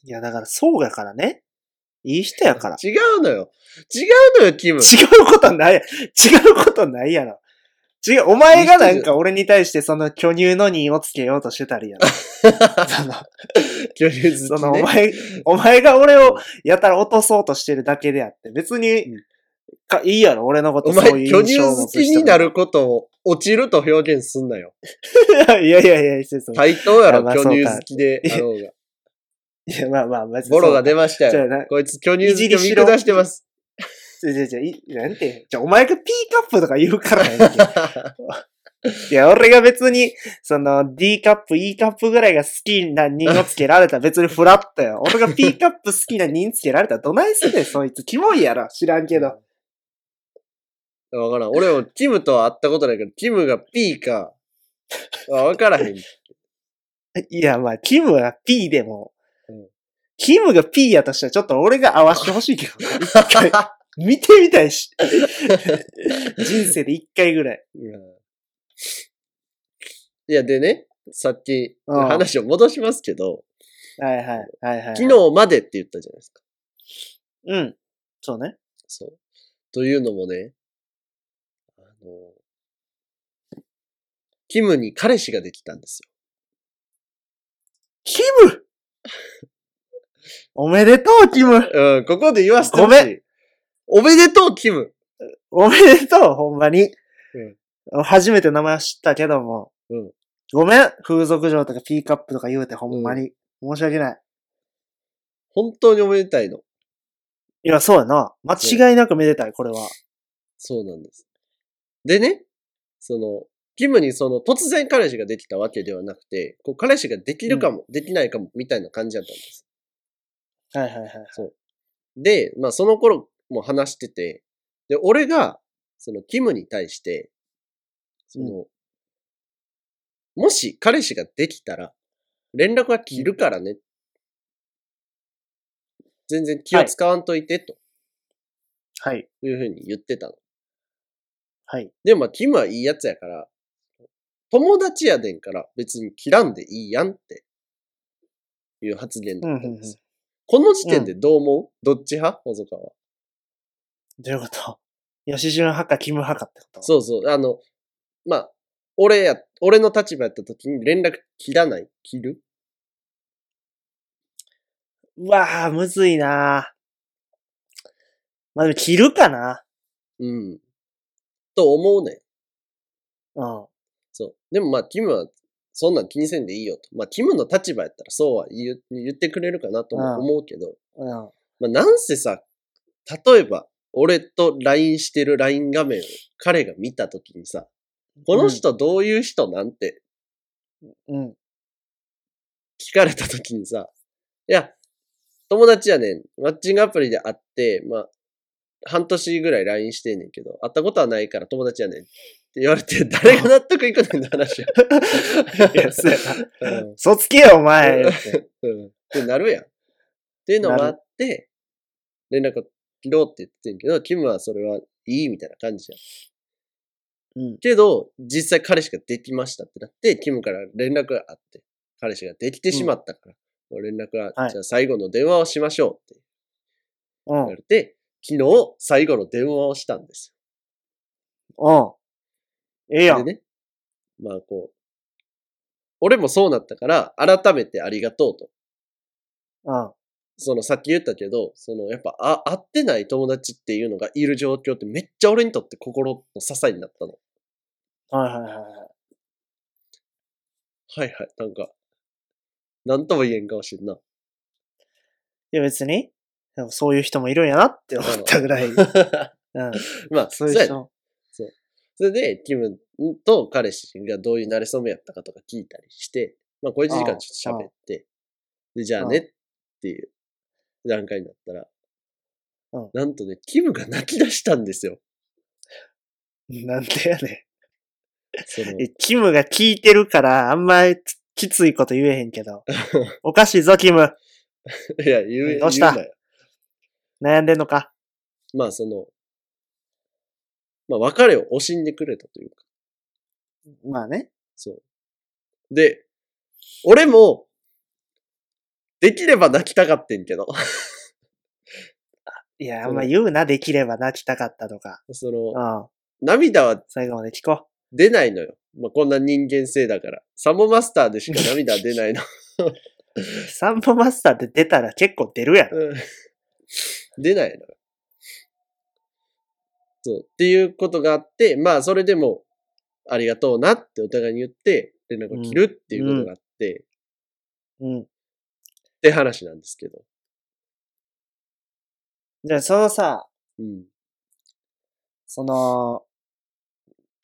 Speaker 3: ん。
Speaker 2: いや、だから、そうやからね。いい人やから。
Speaker 3: 違うのよ。違うのよ、キム。
Speaker 2: [laughs] 違うことないや、違うことないやろ。違う、お前がなんか俺に対してその巨乳の2をつけようとしてたりやろ。 [laughs] その、
Speaker 3: 巨乳好きね
Speaker 2: [laughs] そのお前、お前が俺をやたら落とそうとしてるだけであって、別に
Speaker 3: うん、
Speaker 2: かいいやろ、俺のこと
Speaker 3: お
Speaker 2: そうい
Speaker 3: 前、
Speaker 2: う
Speaker 3: 巨
Speaker 2: 印
Speaker 3: 乳
Speaker 2: 象を
Speaker 3: 好
Speaker 2: 持
Speaker 3: き
Speaker 2: つ人
Speaker 3: になることを落ちると表現すんなよ。
Speaker 2: も。 [laughs] いやいやいや、そうそう。
Speaker 3: 対等やろ、
Speaker 2: あまあ
Speaker 3: 巨乳
Speaker 2: そうか
Speaker 3: 好きであろうが。
Speaker 2: いや、まあまあ、別にそう。
Speaker 3: ボロが出ました
Speaker 2: じゃあ
Speaker 3: よ。
Speaker 2: な
Speaker 3: こいつ巨乳好きを見下してます。
Speaker 2: じゃじゃじゃ、いなんて、じゃ、お前がピーカップとか言うからやん
Speaker 3: [laughs]
Speaker 2: けいや、俺が別に、その、D カップ、E カップぐらいが好きな人をつけられたら別にフラットよ。俺が P カップ好きな人つけられたらどないすん
Speaker 3: [laughs]
Speaker 2: ねん、そいつ。キモいやろ。知らんけど。
Speaker 3: わからん。俺もキムとは会ったことないけど、キムが P か。あわからへん。 [laughs]
Speaker 2: いや、まあ、キムは P でも
Speaker 3: うん、
Speaker 2: キムが P やとしたらちょっと俺が合わしてほしいけどな。一回見てみたいし。 [laughs] 人生で一回ぐらい。
Speaker 3: いや、でね、さっき
Speaker 2: うん
Speaker 3: 話を戻しますけど、
Speaker 2: はいはい、はいはい。
Speaker 3: 昨。日までって言ったじゃないですか。
Speaker 2: うん。そうね。
Speaker 3: そう。というのもね、あの、キムに彼氏ができたんですよ。
Speaker 2: キム [laughs] おめでとう、キム
Speaker 3: うん、ここで言わせて
Speaker 2: ごめん
Speaker 3: ん。おめでとう、キム。
Speaker 2: おめでとう、ほんまに。初めて名前知ったけども。
Speaker 3: うん
Speaker 2: ごめん、風俗嬢とかピーカップとか言うてほんまに。申し訳ない。
Speaker 3: 本当におめでたいの。
Speaker 2: いや、そうやな。間違いなくめでたい、これは。
Speaker 3: そうなんです。でね、その、キムにその突然彼氏ができたわけではなくて、こう彼氏ができるかも、できないかも、みたいな感じだったんです。
Speaker 2: はいはいはい。
Speaker 3: で、まあその頃も話してて、で、俺が、そのキムに対して、その、もし彼氏ができたら、連絡は切るからね。全然気を使わんといて、と
Speaker 2: はい。
Speaker 3: いうふうに言ってたの。
Speaker 2: はい。
Speaker 3: でもまあ、キムはいいやつやから、友達やでんから別に切らんでいいやんっていう発言だったんですよ。この時点でどう思う、どっち派細川は。
Speaker 2: どういうこと吉純派かキム派かってこと
Speaker 3: そうそう。あの、まあ、俺や、俺の立場やった時に連絡切らない切る
Speaker 2: う。うわぁ、むずいなぁまあでも、着るかな
Speaker 3: うん。と思うねん。
Speaker 2: うん。
Speaker 3: そう。でもまあ、キムは、そんなん気にせんでいいよと。まあ、キムの立場やったらそうは言う言ってくれるかなとも
Speaker 2: うん
Speaker 3: 思うけど、
Speaker 2: うん。
Speaker 3: まあ、なんせさ、例えば、俺と LINE してる LINE 画面を彼が見たときにさ、この人どういう人なんて
Speaker 2: うん。
Speaker 3: 聞かれたときにさ、いや、友達やねん。マッチングアプリで会って、まあ、半年ぐらい LINE してんねんけど、会ったことはないから友達やねんって言われて、誰が納得いくねんって話や。
Speaker 2: [laughs] [laughs] いや、そうやな。
Speaker 3: うん
Speaker 2: そつけよ、お前。って
Speaker 3: うん。ってなるやん。っていうのもあって、連絡を切ろうって言ってんけど、キムはそれはいいみたいな感じや。
Speaker 2: うん。
Speaker 3: けど、実際彼氏ができましたってなって、キムから連絡があって、彼氏ができてしまったから、もう連絡は、
Speaker 2: はい
Speaker 3: じゃあ最後の電話をしましょうって
Speaker 2: うん。
Speaker 3: 言
Speaker 2: う
Speaker 3: わ
Speaker 2: ん
Speaker 3: れて、昨日最後の電話をしたんです。
Speaker 2: ええや
Speaker 3: よ。で
Speaker 2: ん。
Speaker 3: ね、まあこう、俺もそうなったから、改めてありがとうと。
Speaker 2: うん。
Speaker 3: そのさっき言ったけど、そのやっぱあ会ってない友達っていうのがいる状況ってめっちゃ俺にとって心の支えになったの。
Speaker 2: はいはいはいはい。
Speaker 3: はいはい、なんか、なんとも言えん顔してんな。
Speaker 2: いや、別に、でもそういう人もいるんやなって思ったぐらい。うん。
Speaker 3: [laughs] まあ、そ
Speaker 2: そう
Speaker 3: う
Speaker 2: いう
Speaker 3: やね
Speaker 2: 人。
Speaker 3: それで、キムと彼氏がどういう馴れ初めやったかとか聞いたりして、まあ、これ1時間ちょっと喋って、で、じゃあね
Speaker 2: う
Speaker 3: っていう段階になったら
Speaker 2: うん、
Speaker 3: なんとね、キムが泣き出したんですよ。
Speaker 2: なんでやね
Speaker 3: その
Speaker 2: ん。え、キムが聞いてるから、あんまりきついこと言えへんけ [laughs] ど。おかしいぞ、キム。
Speaker 3: いや、言う、
Speaker 2: どうした
Speaker 3: 言なよ
Speaker 2: 悩んでんのか。
Speaker 3: まあ、その、まあ、別れを惜しんでくれたというか、
Speaker 2: まあね。
Speaker 3: そう。で、俺も、できれば泣きたかってんけど、 [laughs]
Speaker 2: いや、あんま言うな、できれば泣きたかったとか。
Speaker 3: そうの、
Speaker 2: ん。
Speaker 3: 涙は
Speaker 2: 最後まで聞こ
Speaker 3: 出ないのよ。まあ、こんな人間性だから。サモマスターでしか涙は出ないの。
Speaker 2: う。サンボマスターって出たら結構出るやん。
Speaker 3: うん出ないのよ。そう。っていうことがあって、まあ、それでも、ありがとうなってお互いに言って、連絡を切るっていうことがあって、っ
Speaker 2: うん。
Speaker 3: て話なんですけど。
Speaker 2: じゃあ、そのさ、
Speaker 3: うん。
Speaker 2: その、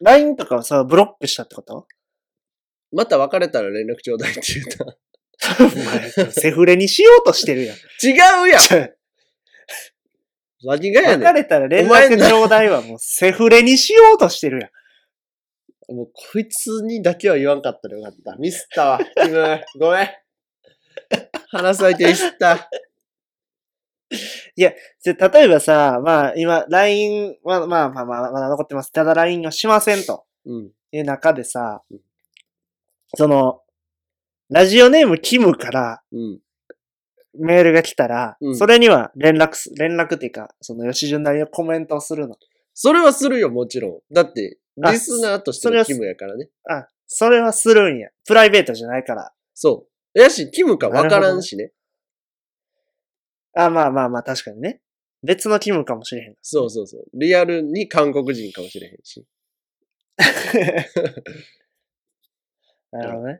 Speaker 2: LINE とかをさ、ブロックしたってこと
Speaker 3: また別れたら連絡ちょうだいって言った。
Speaker 2: お前、セフレにしようとしてるやん。
Speaker 3: [laughs] 違うやん
Speaker 2: ちょ
Speaker 3: 何がやね
Speaker 2: 別れたら連絡ちょうだいはもうセフレにしようとしてるやん。
Speaker 3: ん。もうこいつにだけは言わんかったらよかった。ミスったわ。キム、ごめん。話されてミスった。
Speaker 2: で、例えばさ、まあ今、LINE は、まあまあまあ、まだ残ってます。ただ LINE をしませんと
Speaker 3: うん。
Speaker 2: いう中でさ、その、ラジオネームキムから
Speaker 3: うん。
Speaker 2: メールが来たら、
Speaker 3: うん
Speaker 2: それには連絡す、連絡っていうか、その吉純なりのコメントをするの。
Speaker 3: それはするよ、もちろん。だって、
Speaker 2: あ
Speaker 3: リスナーとして
Speaker 2: それ
Speaker 3: の
Speaker 2: は
Speaker 3: キムやからね。
Speaker 2: あ、それはするんや。プライベートじゃないから。
Speaker 3: そう。やし、キムかわからんしね。
Speaker 2: あ、まあまあまあ、確かにね。別のキムかもしれへん。
Speaker 3: そうそうそう。リアルに韓国人かもしれへんし。
Speaker 2: [laughs] なるほどね。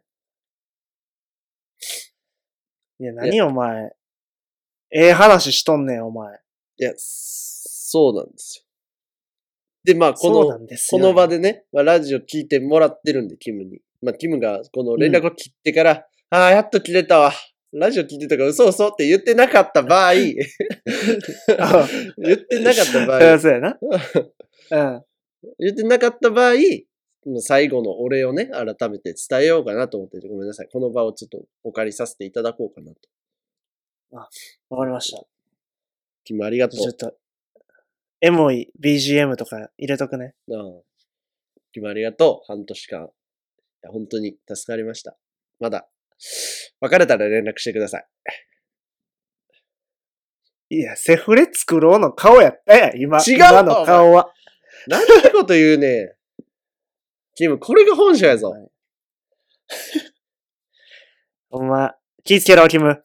Speaker 2: いや、何お前。ええ話しとんねん、お前。
Speaker 3: いや、そうなんですよ。で、まあ、こ
Speaker 2: そう
Speaker 3: の
Speaker 2: な、んです
Speaker 3: こ
Speaker 2: よ。
Speaker 3: の
Speaker 2: [laughs]
Speaker 3: 場でね、まあ、ラジオ聞いてもらってるんで、キムに。まあ、キムがこの連絡を切ってから、ああ、やっと切れたわ。ラジオ聞いてたから嘘嘘って言ってなかった場合、言
Speaker 2: あ。
Speaker 3: ってなかった場
Speaker 2: うん
Speaker 3: [laughs] 合、
Speaker 2: そうやな。うん。
Speaker 3: 言ってなかった場合、もう最後のお礼をね、改めて伝えようかなと思ってて、ごめんなさい。この場をちょっとお借りさせていただこうかなと。
Speaker 2: わかりました。
Speaker 3: 君もありがと
Speaker 2: ちょっと、エモい BGM とか入れとくね。
Speaker 3: う。うん。君もありがとう。半年間。いや本当に助かりました。まだ、別れたら連絡してください。
Speaker 2: いや、セフレ作ろうの顔やったやん、今。
Speaker 3: 違うわ
Speaker 2: 今の顔は。
Speaker 3: なんてこと言うね。君、これが本性やぞ。
Speaker 2: [laughs] お前、気ぃつけろ、キム。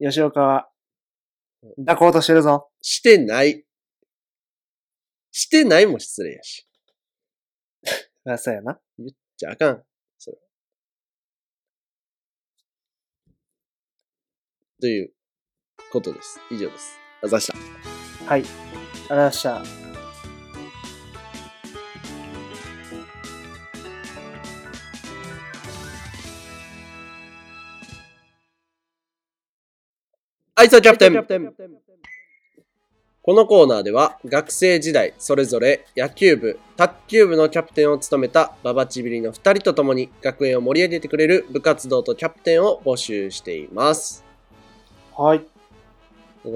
Speaker 2: 吉岡は、抱こうとしてるぞ。
Speaker 3: してない。してないも失礼やし。
Speaker 2: あそうやな。
Speaker 3: じゃああかん。それ。ということです。以上です。あざした。
Speaker 2: はい。ありがとうございました。
Speaker 3: はい、そう、キャプテン。このコーナーでは、学生時代、それぞれ野球部、卓球部のキャプテンを務めた、ババチビリの2人と共に、学園を盛り上げてくれる部活動とキャプテンを募集しています。
Speaker 2: はい。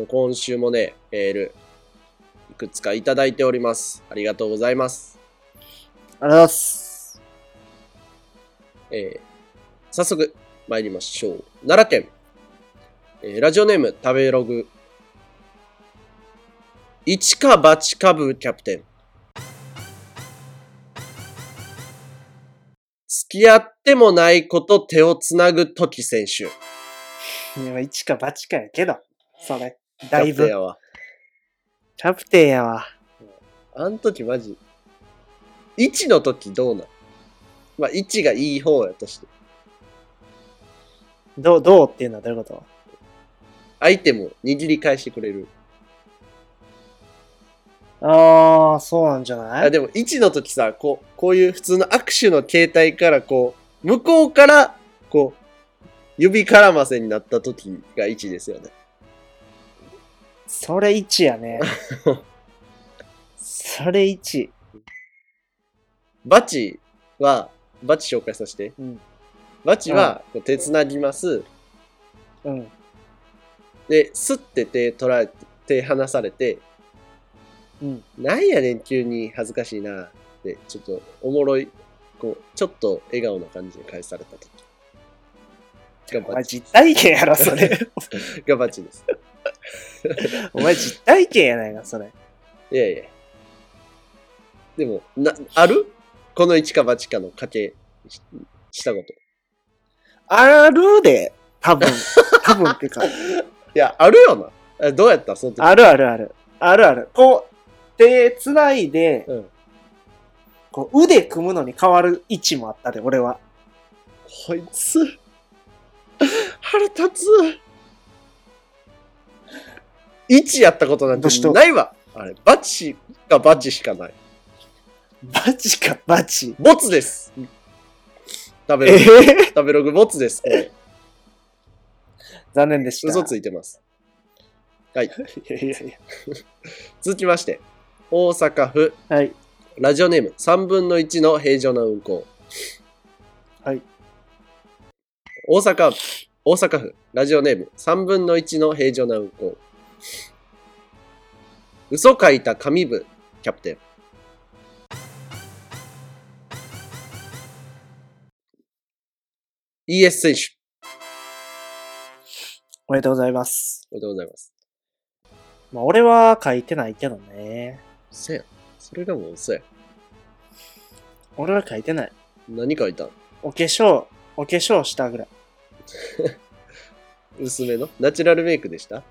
Speaker 3: 今週もね、メール、いくつかいただいております。ありがとうございます。
Speaker 2: ありがとうございます。
Speaker 3: えー早速参りましょう。奈良県、えーラジオネーム食べログ、一か八か部キャプテン。付き合ってもない子と手をつなぐ時選手。
Speaker 2: 今、一か八かやけど、それ。だい
Speaker 3: キャプテン
Speaker 2: ぶ。
Speaker 3: やわ。
Speaker 2: キャプテンやわ。
Speaker 3: あん時マジ。一の時どうなんまあ、一がいい方やとして。
Speaker 2: どう、どうっていうのはどういうこと
Speaker 3: 相手も握り返してくれる。
Speaker 2: ああ、そうなんじゃない
Speaker 3: あでも1の時さこうこういう普通の握手の形態からこう向こうからこう指絡ませになった時が1ですよね
Speaker 2: それ1や [laughs] ね。それ1。
Speaker 3: バチはバチ紹介させて、
Speaker 2: うん
Speaker 3: バチはこう手つなぎます
Speaker 2: うん。
Speaker 3: でスッて手取られて手離されて
Speaker 2: うん。
Speaker 3: なんやねん急に恥ずかしいなってちょっとおもろいこうちょっと笑顔な感じで返された時が
Speaker 2: お
Speaker 3: バ
Speaker 2: 前
Speaker 3: チ
Speaker 2: 実体験やろ、それ。
Speaker 3: [laughs] がバチです
Speaker 2: お前実体験やないか、それ。
Speaker 3: いやいや。でも、な、あるこの一か八かの賭けししたこと。
Speaker 2: あるで、多
Speaker 3: [laughs]
Speaker 2: 分。多分っていうか。
Speaker 3: いや、あるよな。えどうやったその時。
Speaker 2: あるあるある。あるある。こう、手つないで、
Speaker 3: うん
Speaker 2: こう腕組むのに変わる位置もあったで、俺は。
Speaker 3: こいつ、腹立つ。一やったことなんて
Speaker 2: どうした
Speaker 3: ないわ。あれ、バチかバチしかない。
Speaker 2: バチか、バチ。
Speaker 3: ボツです。食べ
Speaker 2: え
Speaker 3: ログ、
Speaker 2: え
Speaker 3: 食べログボツです。これ
Speaker 2: 残念でした。
Speaker 3: 嘘ついてます。はい。
Speaker 2: いやいやい
Speaker 3: 続きまして、大阪府
Speaker 2: や。はい。
Speaker 3: ラジオネーム3分の1の平常な運行。
Speaker 2: はい。
Speaker 3: 大阪、大阪府、ラジオネーム3分の1の平常な運行。嘘書いた紙部、キャプテン。ES 選手。
Speaker 2: おめでとうございます。
Speaker 3: おめでとうございます。
Speaker 2: まあ、俺は書いてないけどね。
Speaker 3: 嘘やん。それがもう嘘やん。
Speaker 2: 俺は書いてない。
Speaker 3: 何書いたん
Speaker 2: お化粧、お化粧したぐらい。
Speaker 3: 薄めのナチュラルメイクでした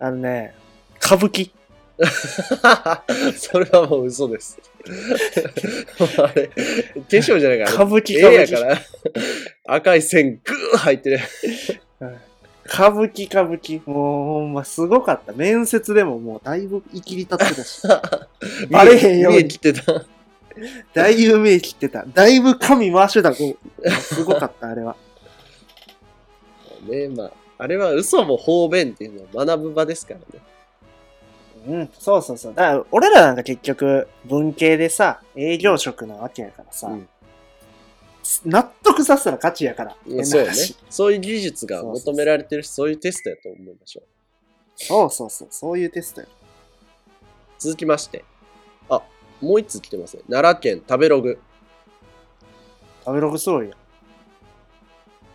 Speaker 2: あのね、歌舞伎。
Speaker 3: [laughs] それはもう嘘です。 [laughs] あれ、化粧じゃないから。
Speaker 2: 歌舞伎、
Speaker 3: え
Speaker 2: 歌舞
Speaker 3: えや
Speaker 2: 伎。
Speaker 3: から。赤い線グー入ってる。
Speaker 2: 歌舞伎、歌舞伎。もうほんますごかった。面接でももうだいぶ生きり立ってた [laughs] し、 [laughs] バレへんように
Speaker 3: 見え切ってた。
Speaker 2: だいぶ目切ってた。だいぶ髪回してた。こうすごかった、あれは。
Speaker 3: ねまあ、あれは嘘も方便っていうのを学ぶ場ですからね。
Speaker 2: うん、そうそうそう。だから、俺らなんか結局、文系でさ、営業職なわけやからさ、
Speaker 3: うん
Speaker 2: 納得させたら勝ちやから。変な
Speaker 3: そうね
Speaker 2: 話。
Speaker 3: そういう技術が求められてるし、そういうテストやと思いましょう。
Speaker 2: そうそうそう、そういうテストよ。
Speaker 3: 続きまして。あ、もう一つ来てますね。奈良県食べログ。
Speaker 2: 食べログすごいよ。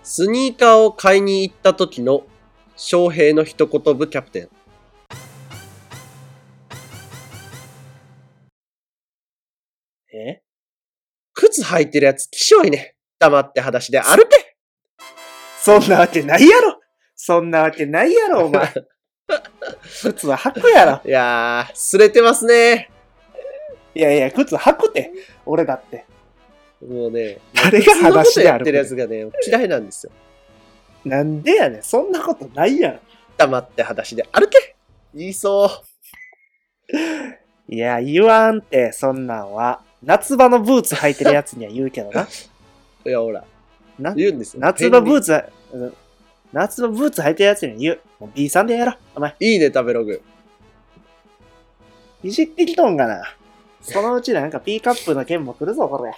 Speaker 3: スニーカーを買いに行った時の翔平の一言部キャプテン。
Speaker 2: え
Speaker 3: 靴履いてるやつ、きしょいね。黙って裸足で歩け
Speaker 2: そんなわけないやろそんなわけないやろ、お [laughs] 前。靴は履くやろ。
Speaker 3: いやー、すれてますね。
Speaker 2: いやいや、靴履くて。俺だって。
Speaker 3: もうね、
Speaker 2: 誰が裸足で
Speaker 3: やっ
Speaker 2: 歩く
Speaker 3: てるや
Speaker 2: の
Speaker 3: つがね、嫌いなんですよ。
Speaker 2: なんでやねん。そんなことないやろ。
Speaker 3: 黙って裸足で歩け言いそう。
Speaker 2: いや、言わんて、そんなんは。夏場のブーツ履いてるやつには言うけど
Speaker 3: [laughs]
Speaker 2: な。
Speaker 3: いや、ほら。
Speaker 2: な
Speaker 3: 言うんですよ。
Speaker 2: 夏場ブー
Speaker 3: ツ。
Speaker 2: ツは、うん夏場ブーツ履いてるやつには言う。もう B さんでやろ。お前、
Speaker 3: いいね、食べログ。 [laughs]
Speaker 2: いじってきとんがな。そのうちなんか P カップの件も来るぞ、これ。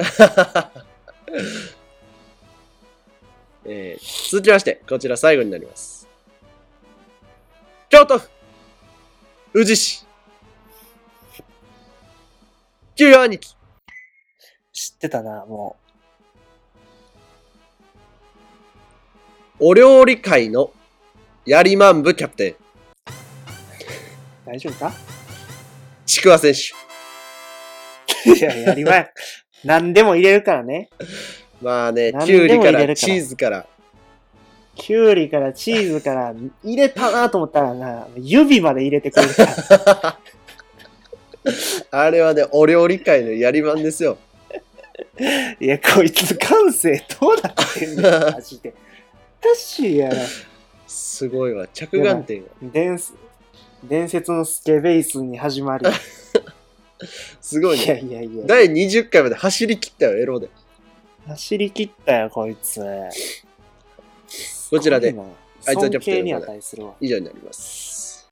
Speaker 3: えー続きまして、こちら最後になります。京都府、宇治市、給与兄貴、
Speaker 2: 知ってたな、も
Speaker 3: お料理会のやりまんぶキャプテン、
Speaker 2: う。大丈夫か
Speaker 3: ちくわ選手。
Speaker 2: いや、やりまん。何でも入れるからね。
Speaker 3: まあね、
Speaker 2: 何
Speaker 3: きゅ
Speaker 2: で
Speaker 3: うり
Speaker 2: も
Speaker 3: か
Speaker 2: 入れるからら
Speaker 3: チーズから、
Speaker 2: きゅうりからチーズから入れたなと思ったらな、指まで入れてくれるから。
Speaker 3: あれはね、お料理会のやりまんですよ。
Speaker 2: いや、こいつ感性どうなってんのマジで。おかしいやろ。
Speaker 3: すごいわ、着眼点が。
Speaker 2: 伝説伝説のスケベイスに始まり。
Speaker 3: すごい
Speaker 2: いや
Speaker 3: ね。
Speaker 2: いやいや。
Speaker 3: 第20回まで走り切ったよ、エロで。
Speaker 2: 走り切ったよ、こいつ。
Speaker 3: こちらで、
Speaker 2: すごいな。
Speaker 3: アイツはキャ
Speaker 2: 尊
Speaker 3: プテ
Speaker 2: 敬
Speaker 3: ン
Speaker 2: に
Speaker 3: でございます
Speaker 2: 値するわ。
Speaker 3: 以上になります。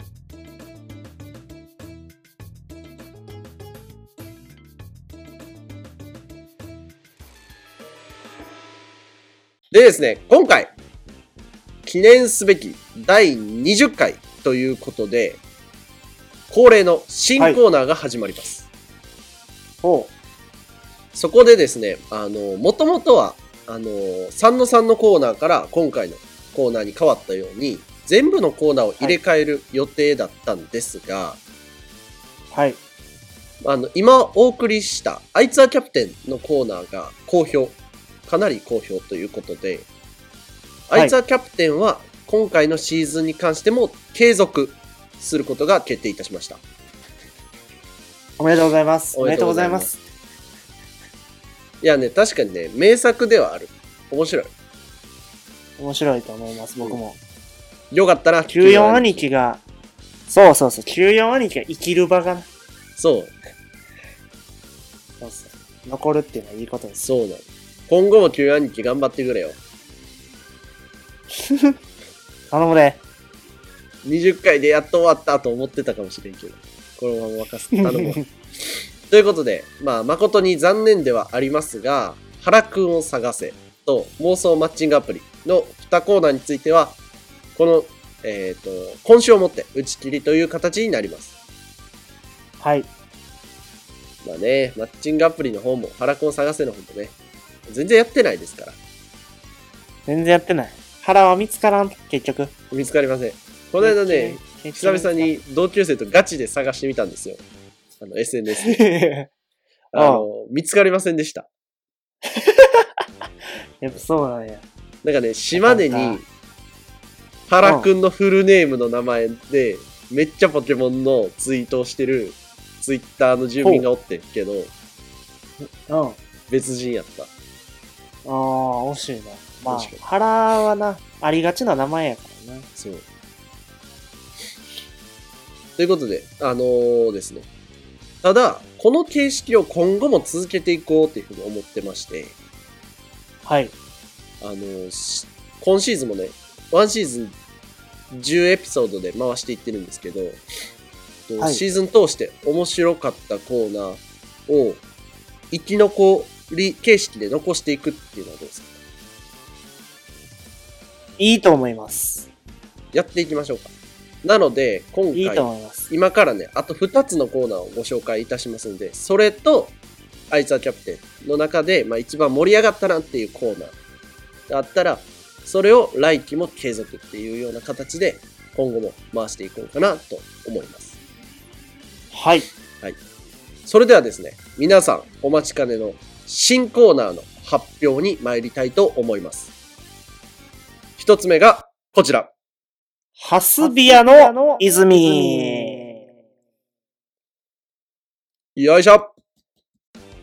Speaker 3: でですね、今回、記念すべき第20回ということで、恒例の新コーナーが始まります。
Speaker 2: おう
Speaker 3: そこでですね、あの、もともとは、あの、三野さんのコーナーから今回のコーナーに変わったように、全部のコーナーを入れ替える予定だったんですが、
Speaker 2: はい。
Speaker 3: あの、今お送りした、あいつはキャプテンのコーナーが好評、かなり好評ということで、
Speaker 2: はい
Speaker 3: あいつはキャプテンは今回のシーズンに関しても継続することが決定いたしました。
Speaker 2: おめでとうございます。
Speaker 3: お
Speaker 2: お
Speaker 3: め
Speaker 2: め
Speaker 3: で
Speaker 2: で
Speaker 3: と
Speaker 2: と
Speaker 3: う
Speaker 2: うご
Speaker 3: ござ
Speaker 2: ざ
Speaker 3: い
Speaker 2: い
Speaker 3: ま
Speaker 2: ます
Speaker 3: す。いやね、確かにね、名作ではある。面白い。
Speaker 2: 面白いと思います、僕も。
Speaker 3: よかったな、
Speaker 2: 94兄貴が、そうそうそう、94兄貴が生きる場がな、
Speaker 3: そう、
Speaker 2: そうそう残るっていうのはいいことです。
Speaker 3: そうなの。今後も旧兄貴頑張ってくれよ。
Speaker 2: 頼むで。
Speaker 3: 20回でやっと終わったと思ってたかもしれんけど。このまま任せたのも。ということで、まあ、誠に残念ではありますが、原くんを探せと妄想マッチングアプリの2コーナーについては、この、えっ、と、今週をもって打ち切りという形になります。
Speaker 2: [laughs] はい。
Speaker 3: まあね、マッチングアプリの方も、原くんを探せの方もね、全然やってないですから、
Speaker 2: 全然やってない。腹は見つからん、結局。
Speaker 3: 見つかりません。こ
Speaker 2: こ
Speaker 3: の間ね、、
Speaker 2: 結
Speaker 3: 久
Speaker 2: 局
Speaker 3: 々。に同級生とガチで探してみたんですよ。あの、SNS で。あ
Speaker 2: ああ
Speaker 3: の、見つかりませんでした。
Speaker 2: [laughs] やっぱそうなんや。
Speaker 3: なんかね、島根
Speaker 2: なん
Speaker 3: に
Speaker 2: か、
Speaker 3: 原くんのフルネームの名前で、めっちゃポケモンのツイートをしてる、ツイッターの住民がおってんけど、
Speaker 2: うん。あ
Speaker 3: 別人やった。
Speaker 2: あ、惜しいな。まあ
Speaker 3: 確かに、
Speaker 2: 腹はな、ありがちな名前やからな。
Speaker 3: そう。ということで、あのーですね。ただ、この形式を今後も続けていこうっていうふうに思ってまして、
Speaker 2: はい。
Speaker 3: あの、し今シーズンもね、ワンシーズン10エピソードで回していってるんですけど、と、
Speaker 2: はい
Speaker 3: シーズン通して面白かったコーナーを生き残り形式で残していくっていうのはどうですか
Speaker 2: いいと思います。
Speaker 3: やっていきましょうか。なので、今回、
Speaker 2: いいと思います。
Speaker 3: 今からね、あと2つのコーナーをご紹介いたしますんで、それと、アイツアキャプテンの中で、まあ、一番盛り上がったなっていうコーナーがあったら、それを来期も継続っていうような形で、今後も回していこうかなと思います。
Speaker 2: はい。
Speaker 3: それではですね、皆さんお待ちかねの新コーナーの発表に参りたいと思います。一つ目がこちら。
Speaker 2: ハスビアの泉。
Speaker 3: よいしょ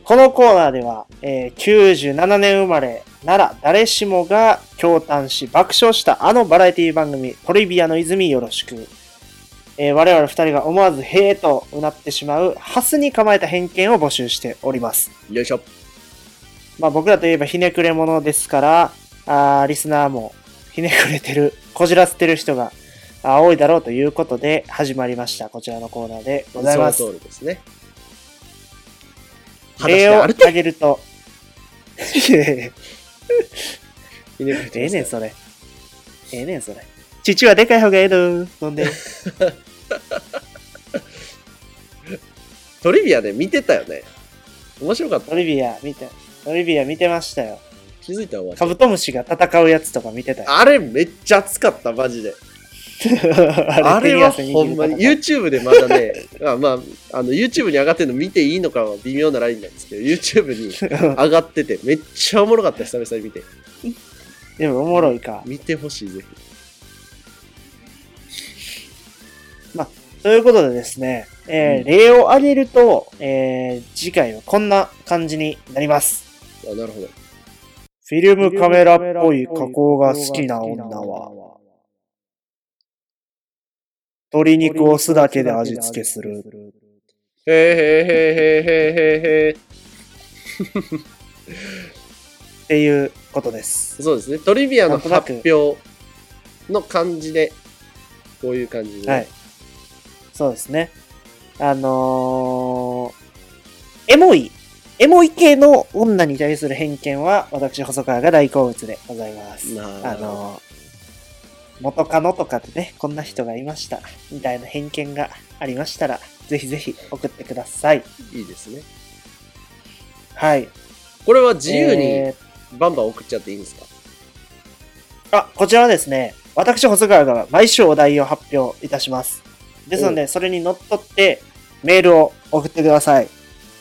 Speaker 2: このコーナーでは、えー97年生まれなら誰しもが驚嘆し爆笑したあのバラエティ番組トリビアの泉よろしく、えー我々二人が思わずへえとうなってしまうハスに構えた偏見を募集しております
Speaker 3: よいしょ
Speaker 2: まあ僕らといえばひねくれ者ですから、あーリスナーもひねくれてる、こじらせてる人があー多いだろうということで始まりました。こちらのコーナーでございます
Speaker 3: そ。の通りですね。話
Speaker 2: 例
Speaker 3: して
Speaker 2: を
Speaker 3: あるて
Speaker 2: 挙げると、いやいやいや
Speaker 3: ひねくれて
Speaker 2: ええ
Speaker 3: ます
Speaker 2: ね
Speaker 3: ね
Speaker 2: んそれ。ええねんそれ。父はでかい方がええど飲ん
Speaker 3: [laughs]
Speaker 2: で。
Speaker 3: トリビアで見てたよね。面白かった
Speaker 2: ト。リビア見て、トリビア見てましたよ。
Speaker 3: 気づいたわ。
Speaker 2: カブトムシが戦うやつとか見てたよ。
Speaker 3: あれめっちゃ熱かった、マジで。
Speaker 2: [laughs]
Speaker 3: あ
Speaker 2: あ
Speaker 3: れはほんまに、
Speaker 2: 手に汗握る
Speaker 3: YouTube でまだね、 [laughs] まあまあ、あの、YouTube に上がってるの見ていいのかは微妙なラインなんですけど、YouTube に
Speaker 2: [laughs] 戦い
Speaker 3: 上がってて、めっちゃおもろかった、久々に見て。
Speaker 2: でもおもろいか。
Speaker 3: 見てほしい、ぜひ。
Speaker 2: ということでですね、えー例を挙げると、えー次回はこんな感じになります。
Speaker 3: あ、なるほど。
Speaker 2: フィル
Speaker 1: ム
Speaker 2: ム
Speaker 1: カ
Speaker 2: カ
Speaker 1: メ
Speaker 2: メ
Speaker 1: ラ
Speaker 2: ラ
Speaker 1: っ
Speaker 2: っ
Speaker 1: ぽ
Speaker 2: ぽ
Speaker 1: い
Speaker 2: い
Speaker 1: 加
Speaker 2: 加
Speaker 1: 工
Speaker 2: 工
Speaker 1: が
Speaker 2: が
Speaker 1: 好
Speaker 2: 好
Speaker 1: き
Speaker 2: き
Speaker 1: な
Speaker 2: な
Speaker 1: 女
Speaker 2: 女
Speaker 1: は
Speaker 2: は、鶏肉
Speaker 1: 肉
Speaker 2: を
Speaker 1: を
Speaker 2: 酢
Speaker 1: 酢
Speaker 2: だ
Speaker 1: だ
Speaker 2: け
Speaker 1: け
Speaker 2: で
Speaker 1: で
Speaker 2: 味
Speaker 1: 味
Speaker 2: 付
Speaker 1: 付
Speaker 2: け
Speaker 1: け
Speaker 2: す
Speaker 1: す
Speaker 2: る
Speaker 1: る。
Speaker 3: へーへーへーへーへーへ
Speaker 2: っていうことです。
Speaker 3: ー。そうですね。トリビア
Speaker 2: な
Speaker 3: の
Speaker 2: んとな
Speaker 3: 発
Speaker 2: く
Speaker 3: 表の感じで、こういう感じで。
Speaker 2: はい。そうですね。あのーエモい、エモい系の女に対する偏見は、私、細川が大好物でございます。
Speaker 3: な
Speaker 2: あ
Speaker 3: あ
Speaker 2: のー元カノとかでね、こんな人がいました、みたいな偏見がありましたら、ぜひぜひ送ってください。
Speaker 3: いいですね。
Speaker 2: はい。
Speaker 3: これは自由に
Speaker 2: え
Speaker 3: バンバン送っちゃっていいんですか、
Speaker 2: ーあ、こちらはですね、私、細川が毎週お題を発表いたします。ですので、それにのっとって、メールを送ってください。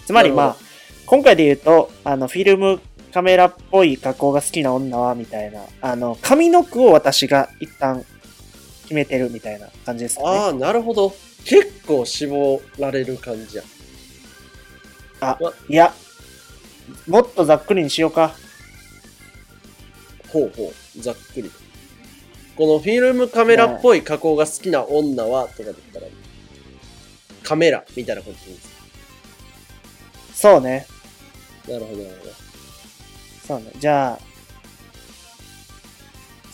Speaker 2: つまり、
Speaker 3: なる
Speaker 2: まあ、今回で言うと、あの、フィルムカメラっぽい加工が好きな女は、みたいな、あの、髪の句を私が一旦決めてるみたいな感じですかね。
Speaker 3: ああ、なるほど。結構絞られる感じや。
Speaker 2: いや、もっとざっくりにしようか。
Speaker 3: ほうほう。ざっくり。このフィルムカメラっぽい加工が好きな女はとかだったら、カメラみたいなことでいいんですか
Speaker 2: そうね。
Speaker 3: なるほど、なるほど。
Speaker 2: そうね。じゃあ、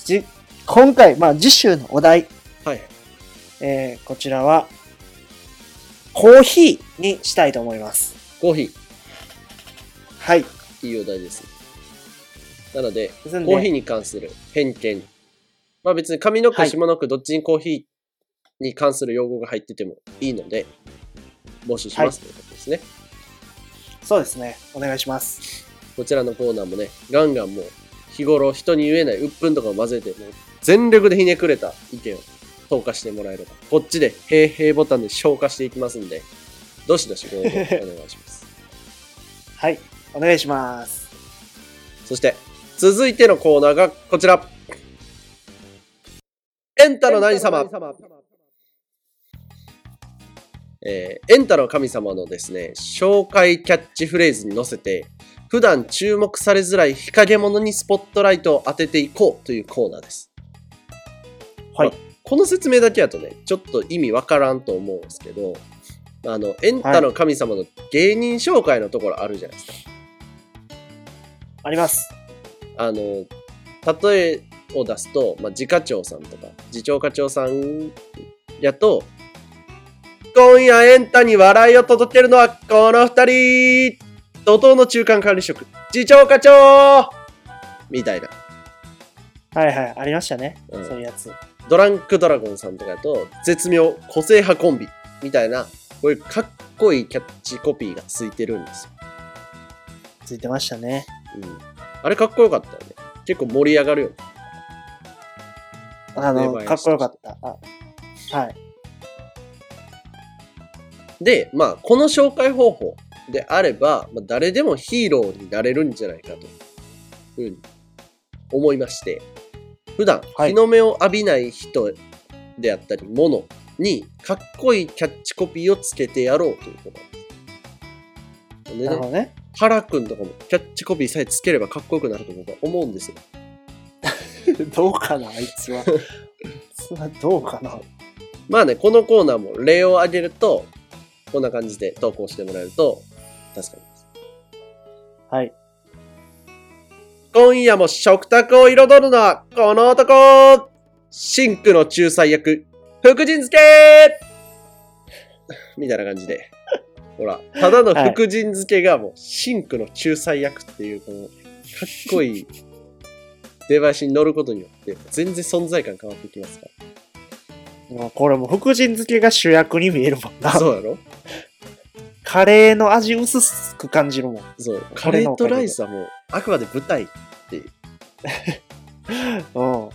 Speaker 2: じ、今回、まあ次週のお題、
Speaker 3: はい。
Speaker 2: えー、こちらは、コーヒーにしたいと思います。
Speaker 3: コーヒ
Speaker 2: はい。
Speaker 3: ー、いいお題です。なので、
Speaker 2: ですんで
Speaker 3: コーヒーに関する偏見。まあ別に上の句、
Speaker 2: はい
Speaker 3: 下の句、どっちにコーヒーに関する用語が入っててもいいので、募集しますということですね。
Speaker 2: そうですね。お願いします。
Speaker 3: こちらのコーナーもね、ガンガンもう、日頃人に言えない鬱憤とかを混ぜて、もう全力でひねくれた意見を投下してもらえれば、こっちで、へいへいボタンで消化していきますんで、どしどしご応募お願いします。
Speaker 2: はい。お願いします。
Speaker 3: そして、続いてのコーナーがこちら。エンタの何様えーエンタの神様のですね、紹介キャッチフレーズに乗せて、普段注目されづらい日陰者にスポットライトを当てていこうというコーナーです。
Speaker 2: はい
Speaker 3: まあ。この説明だけだとね、ちょっと意味わからんと思うんですけど、あの、エンタの神様の芸人紹介のところあるじゃないですか。
Speaker 2: あります。
Speaker 3: あの、例えを出すと、まあ、自家長さんとか、自長課長さんやと、婚やエンタに笑いを届けるのはこの二人怒涛の中間管理職、次長課長みたいな。
Speaker 2: はいはい、ありましたね。
Speaker 3: うん
Speaker 2: そういうやつ。
Speaker 3: ドランクドラゴンさんとかだと、絶妙個性派コンビみたいな、こういうかっこいいキャッチコピーがついてるんですよ。
Speaker 2: ついてましたね。
Speaker 3: うん。あれかっこよかったよね。結構盛り上がるよね。
Speaker 2: あの、
Speaker 3: 名前
Speaker 2: かっこよかった。あはい。
Speaker 3: で、まあ、この紹介方法であれば、まあ、誰でもヒーローになれるんじゃないかというふうに思いまして、普段、
Speaker 2: はい
Speaker 3: 日の目を浴びない人であったり、ものに、かっこいいキャッチコピーをつけてやろうということなんです。で
Speaker 2: なる
Speaker 3: ね
Speaker 2: ほ、ど
Speaker 3: [laughs]
Speaker 2: ね。
Speaker 3: 原くんとかもキャッチコピーさえつければかっこよくなると僕は思うんですよ。
Speaker 2: どうかな、あいつは。あいつは [laughs] どうかな。
Speaker 3: まあね、このコーナーも例を挙げると、こんな感じで投稿してもらえると、確かに。
Speaker 2: はい。
Speaker 3: 今夜も食卓を彩るのはこの男シンクの仲裁役、福神漬け [laughs] みたいな感じで。ほら、ただの
Speaker 2: はい
Speaker 3: 福神漬けがもう、シンクの仲裁役っていう、この、かっこいいデバイスに乗ることによって、全然存在感変わってきますか
Speaker 2: もうこれもう福神漬けが主役に見えるもんな
Speaker 3: ら。。そうやろ
Speaker 2: カレーの味薄く感じるもん。
Speaker 3: そう。カ
Speaker 2: カ
Speaker 3: レ
Speaker 2: レーのおか
Speaker 3: ーと
Speaker 2: げで
Speaker 3: ライスはもう、あくまで舞台。
Speaker 2: うん。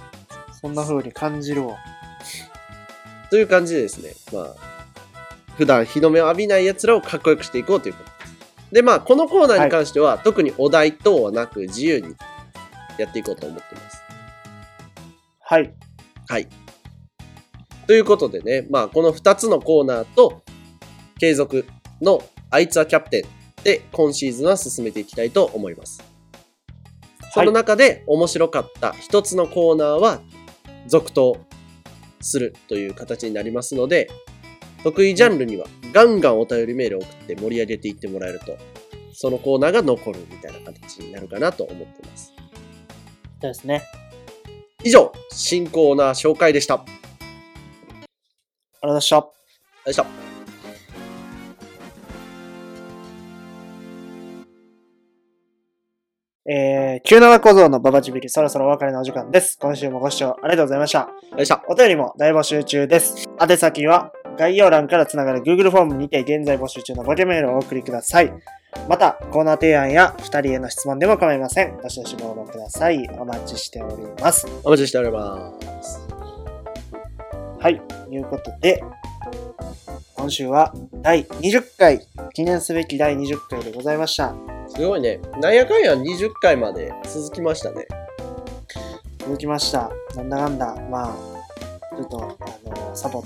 Speaker 2: そんな風に感じるわ。
Speaker 3: という感じでですね、まあ、普段日の目を浴びない奴らをかっこよくしていこうということです。で、まあ、このコーナーに関しては、特にお題等はなく自由にやっていこうと思ってます。
Speaker 2: はい。
Speaker 3: はい。ということでね、まあ、この2つのコーナーと、継続のあいつはキャプテンで、今シーズンは進めていきたいと思います。その中で面白かった1つのコーナーは、続投するという形になりますので、得意ジャンルにはガンガンお便りメールを送って盛り上げていってもらえると、そのコーナーが残るみたいな形になるかなと思ってま
Speaker 2: そ
Speaker 3: す。
Speaker 2: うですね。
Speaker 3: 以上、新コーナー紹介でした。ありがとう
Speaker 2: ありがとうございました。
Speaker 3: ございました。
Speaker 2: えー、97小僧のババチビリ、そろそろお別れのお時間です。今週もご視聴ありがとうございました。
Speaker 3: ありがとうございました。
Speaker 2: お便りも大募集中です。宛先は概要欄からつながる Google フォームにて現在募集中のボケメールをお送りください。また、コーナー提案や2人への質問でも構いません。どしどしご応募ください。お待ちしております。
Speaker 3: お待ちしております。
Speaker 2: はい、ということで、今週は第20回、記念すべき第20回でございました。
Speaker 3: すごいね。なんやかんや20回まで続きましたね。
Speaker 2: 続きました。なんだなんだ、まあ、ちょっと、あの、サボっ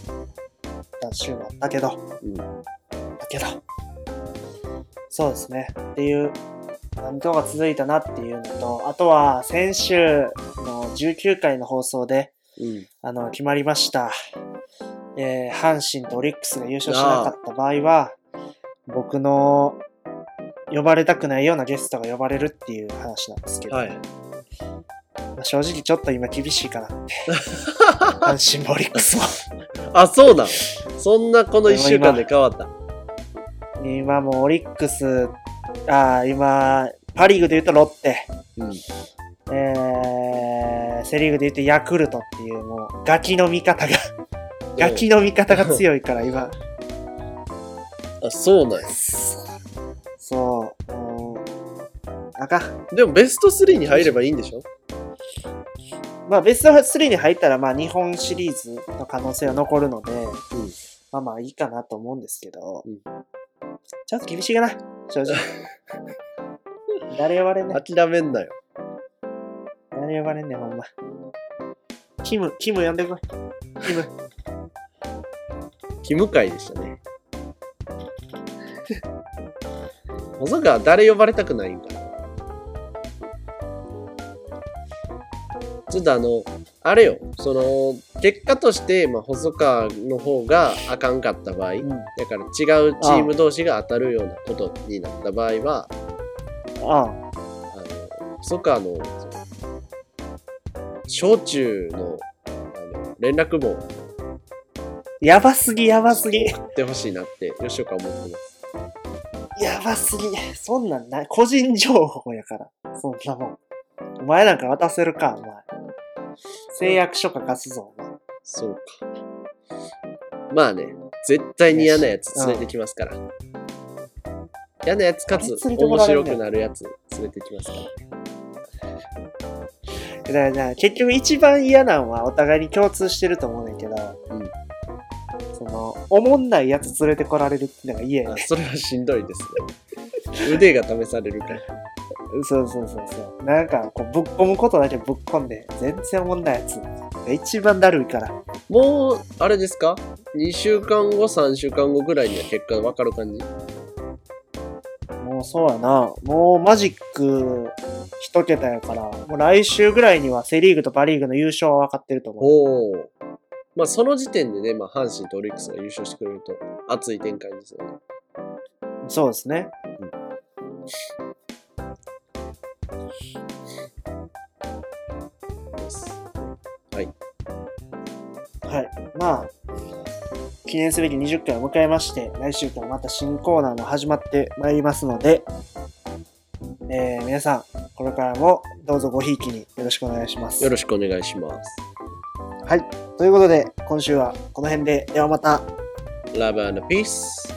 Speaker 2: た週もあったけど、
Speaker 3: うん。
Speaker 2: だけど、そうですね。っていう、何とが続いたなっていうのと、あとは、先週の19回の放送で、
Speaker 3: うん。
Speaker 2: あの、決まりました。えー、阪神とオリックスが優勝しなかった場合は、僕の、呼ばれたくないようなゲストが呼ばれるっていう話なんですけど、
Speaker 3: はい。
Speaker 2: まあ正直ちょっと今厳しいかな
Speaker 3: [laughs]
Speaker 2: って。阪神もオリックスも。
Speaker 3: あ、そうなのそんなこの1週間で変わった。
Speaker 2: 今もうオリックス、あー今、パ・リーグで言うとロッテ、
Speaker 3: うん。
Speaker 2: えーセ・リーグで言うとヤクルトっていうもうガキの味方がガキの味方が強いから今
Speaker 3: あ、そうなんや。
Speaker 2: そうもうあかん
Speaker 3: でもベスト3に入ればいいんでしょ
Speaker 2: まあベスト3に入ったらまあ日本シリーズの可能性は残るので、
Speaker 3: ん
Speaker 2: まあまあいいかなと思うんですけど、
Speaker 3: うん
Speaker 2: ちょっと厳しいかな正直誰呼ばれんねん
Speaker 3: 諦めんなよ。
Speaker 2: 誰呼ばれんねんほんまキムキム呼んでこいキム
Speaker 3: キム会でしたね。まさか誰呼ばれたくないんかな。ちょっとあの、あれよ、その、結果として、まあ、細川の方があかんかった場合、
Speaker 2: うん
Speaker 3: だから違うチーム同士が当たるようなことになった場合は、
Speaker 2: あ
Speaker 3: あの、細川の、その小中の、あの、連絡網、
Speaker 2: あやばすぎ、やばすぎ。
Speaker 3: やってほしいなって、吉岡は思ってます。
Speaker 2: やばすぎ。そんなんない。個人情報やから。そんなもん。お前なんか渡せるか、お前。誓約書書かすぞ、お前。
Speaker 3: そうか。まあね、絶対に嫌なやつ連れてきますから。嫌なやつか
Speaker 2: あ
Speaker 3: つ
Speaker 2: れ連れてこら
Speaker 3: 面
Speaker 2: れる
Speaker 3: 白
Speaker 2: ね
Speaker 3: くなるやつ連れてきますか
Speaker 2: だ
Speaker 3: ら。
Speaker 2: からな結局一番嫌なんはお互いに共通してると思うねんけど、
Speaker 3: うん
Speaker 2: その、おもんないやつ連れてこられるってのが嫌や
Speaker 3: あ
Speaker 2: ね。
Speaker 3: それはしんどいですね。腕が試されるから。
Speaker 2: そうそうそうそう。なんか、こう、ぶっ込むことだけぶっ込んで、全然おもんないやつ。一番だるいから。
Speaker 3: もう、あれですか ?2 週間後、3週間後ぐらいには結果わかる感じ
Speaker 2: もうそうやな。もうマジック一桁やから、もう来週ぐらいにはセリーグとパリーグの優勝は分かってると思う。
Speaker 3: おお。まあ、その時点でね、まあ、阪神とオリックスが優勝してくれると熱い展開ですよね。
Speaker 2: そうですね。
Speaker 3: です
Speaker 2: はい。まあ、記念すべき20回を迎えまして、来週からまた新コーナーも始まってまいりますので、えー皆さん、これからもどうぞごひいきによろしくお願いします。
Speaker 3: よろしくお願いします。
Speaker 2: はい。ということで、今週はこの辺で、ではまた。
Speaker 3: Love and peace.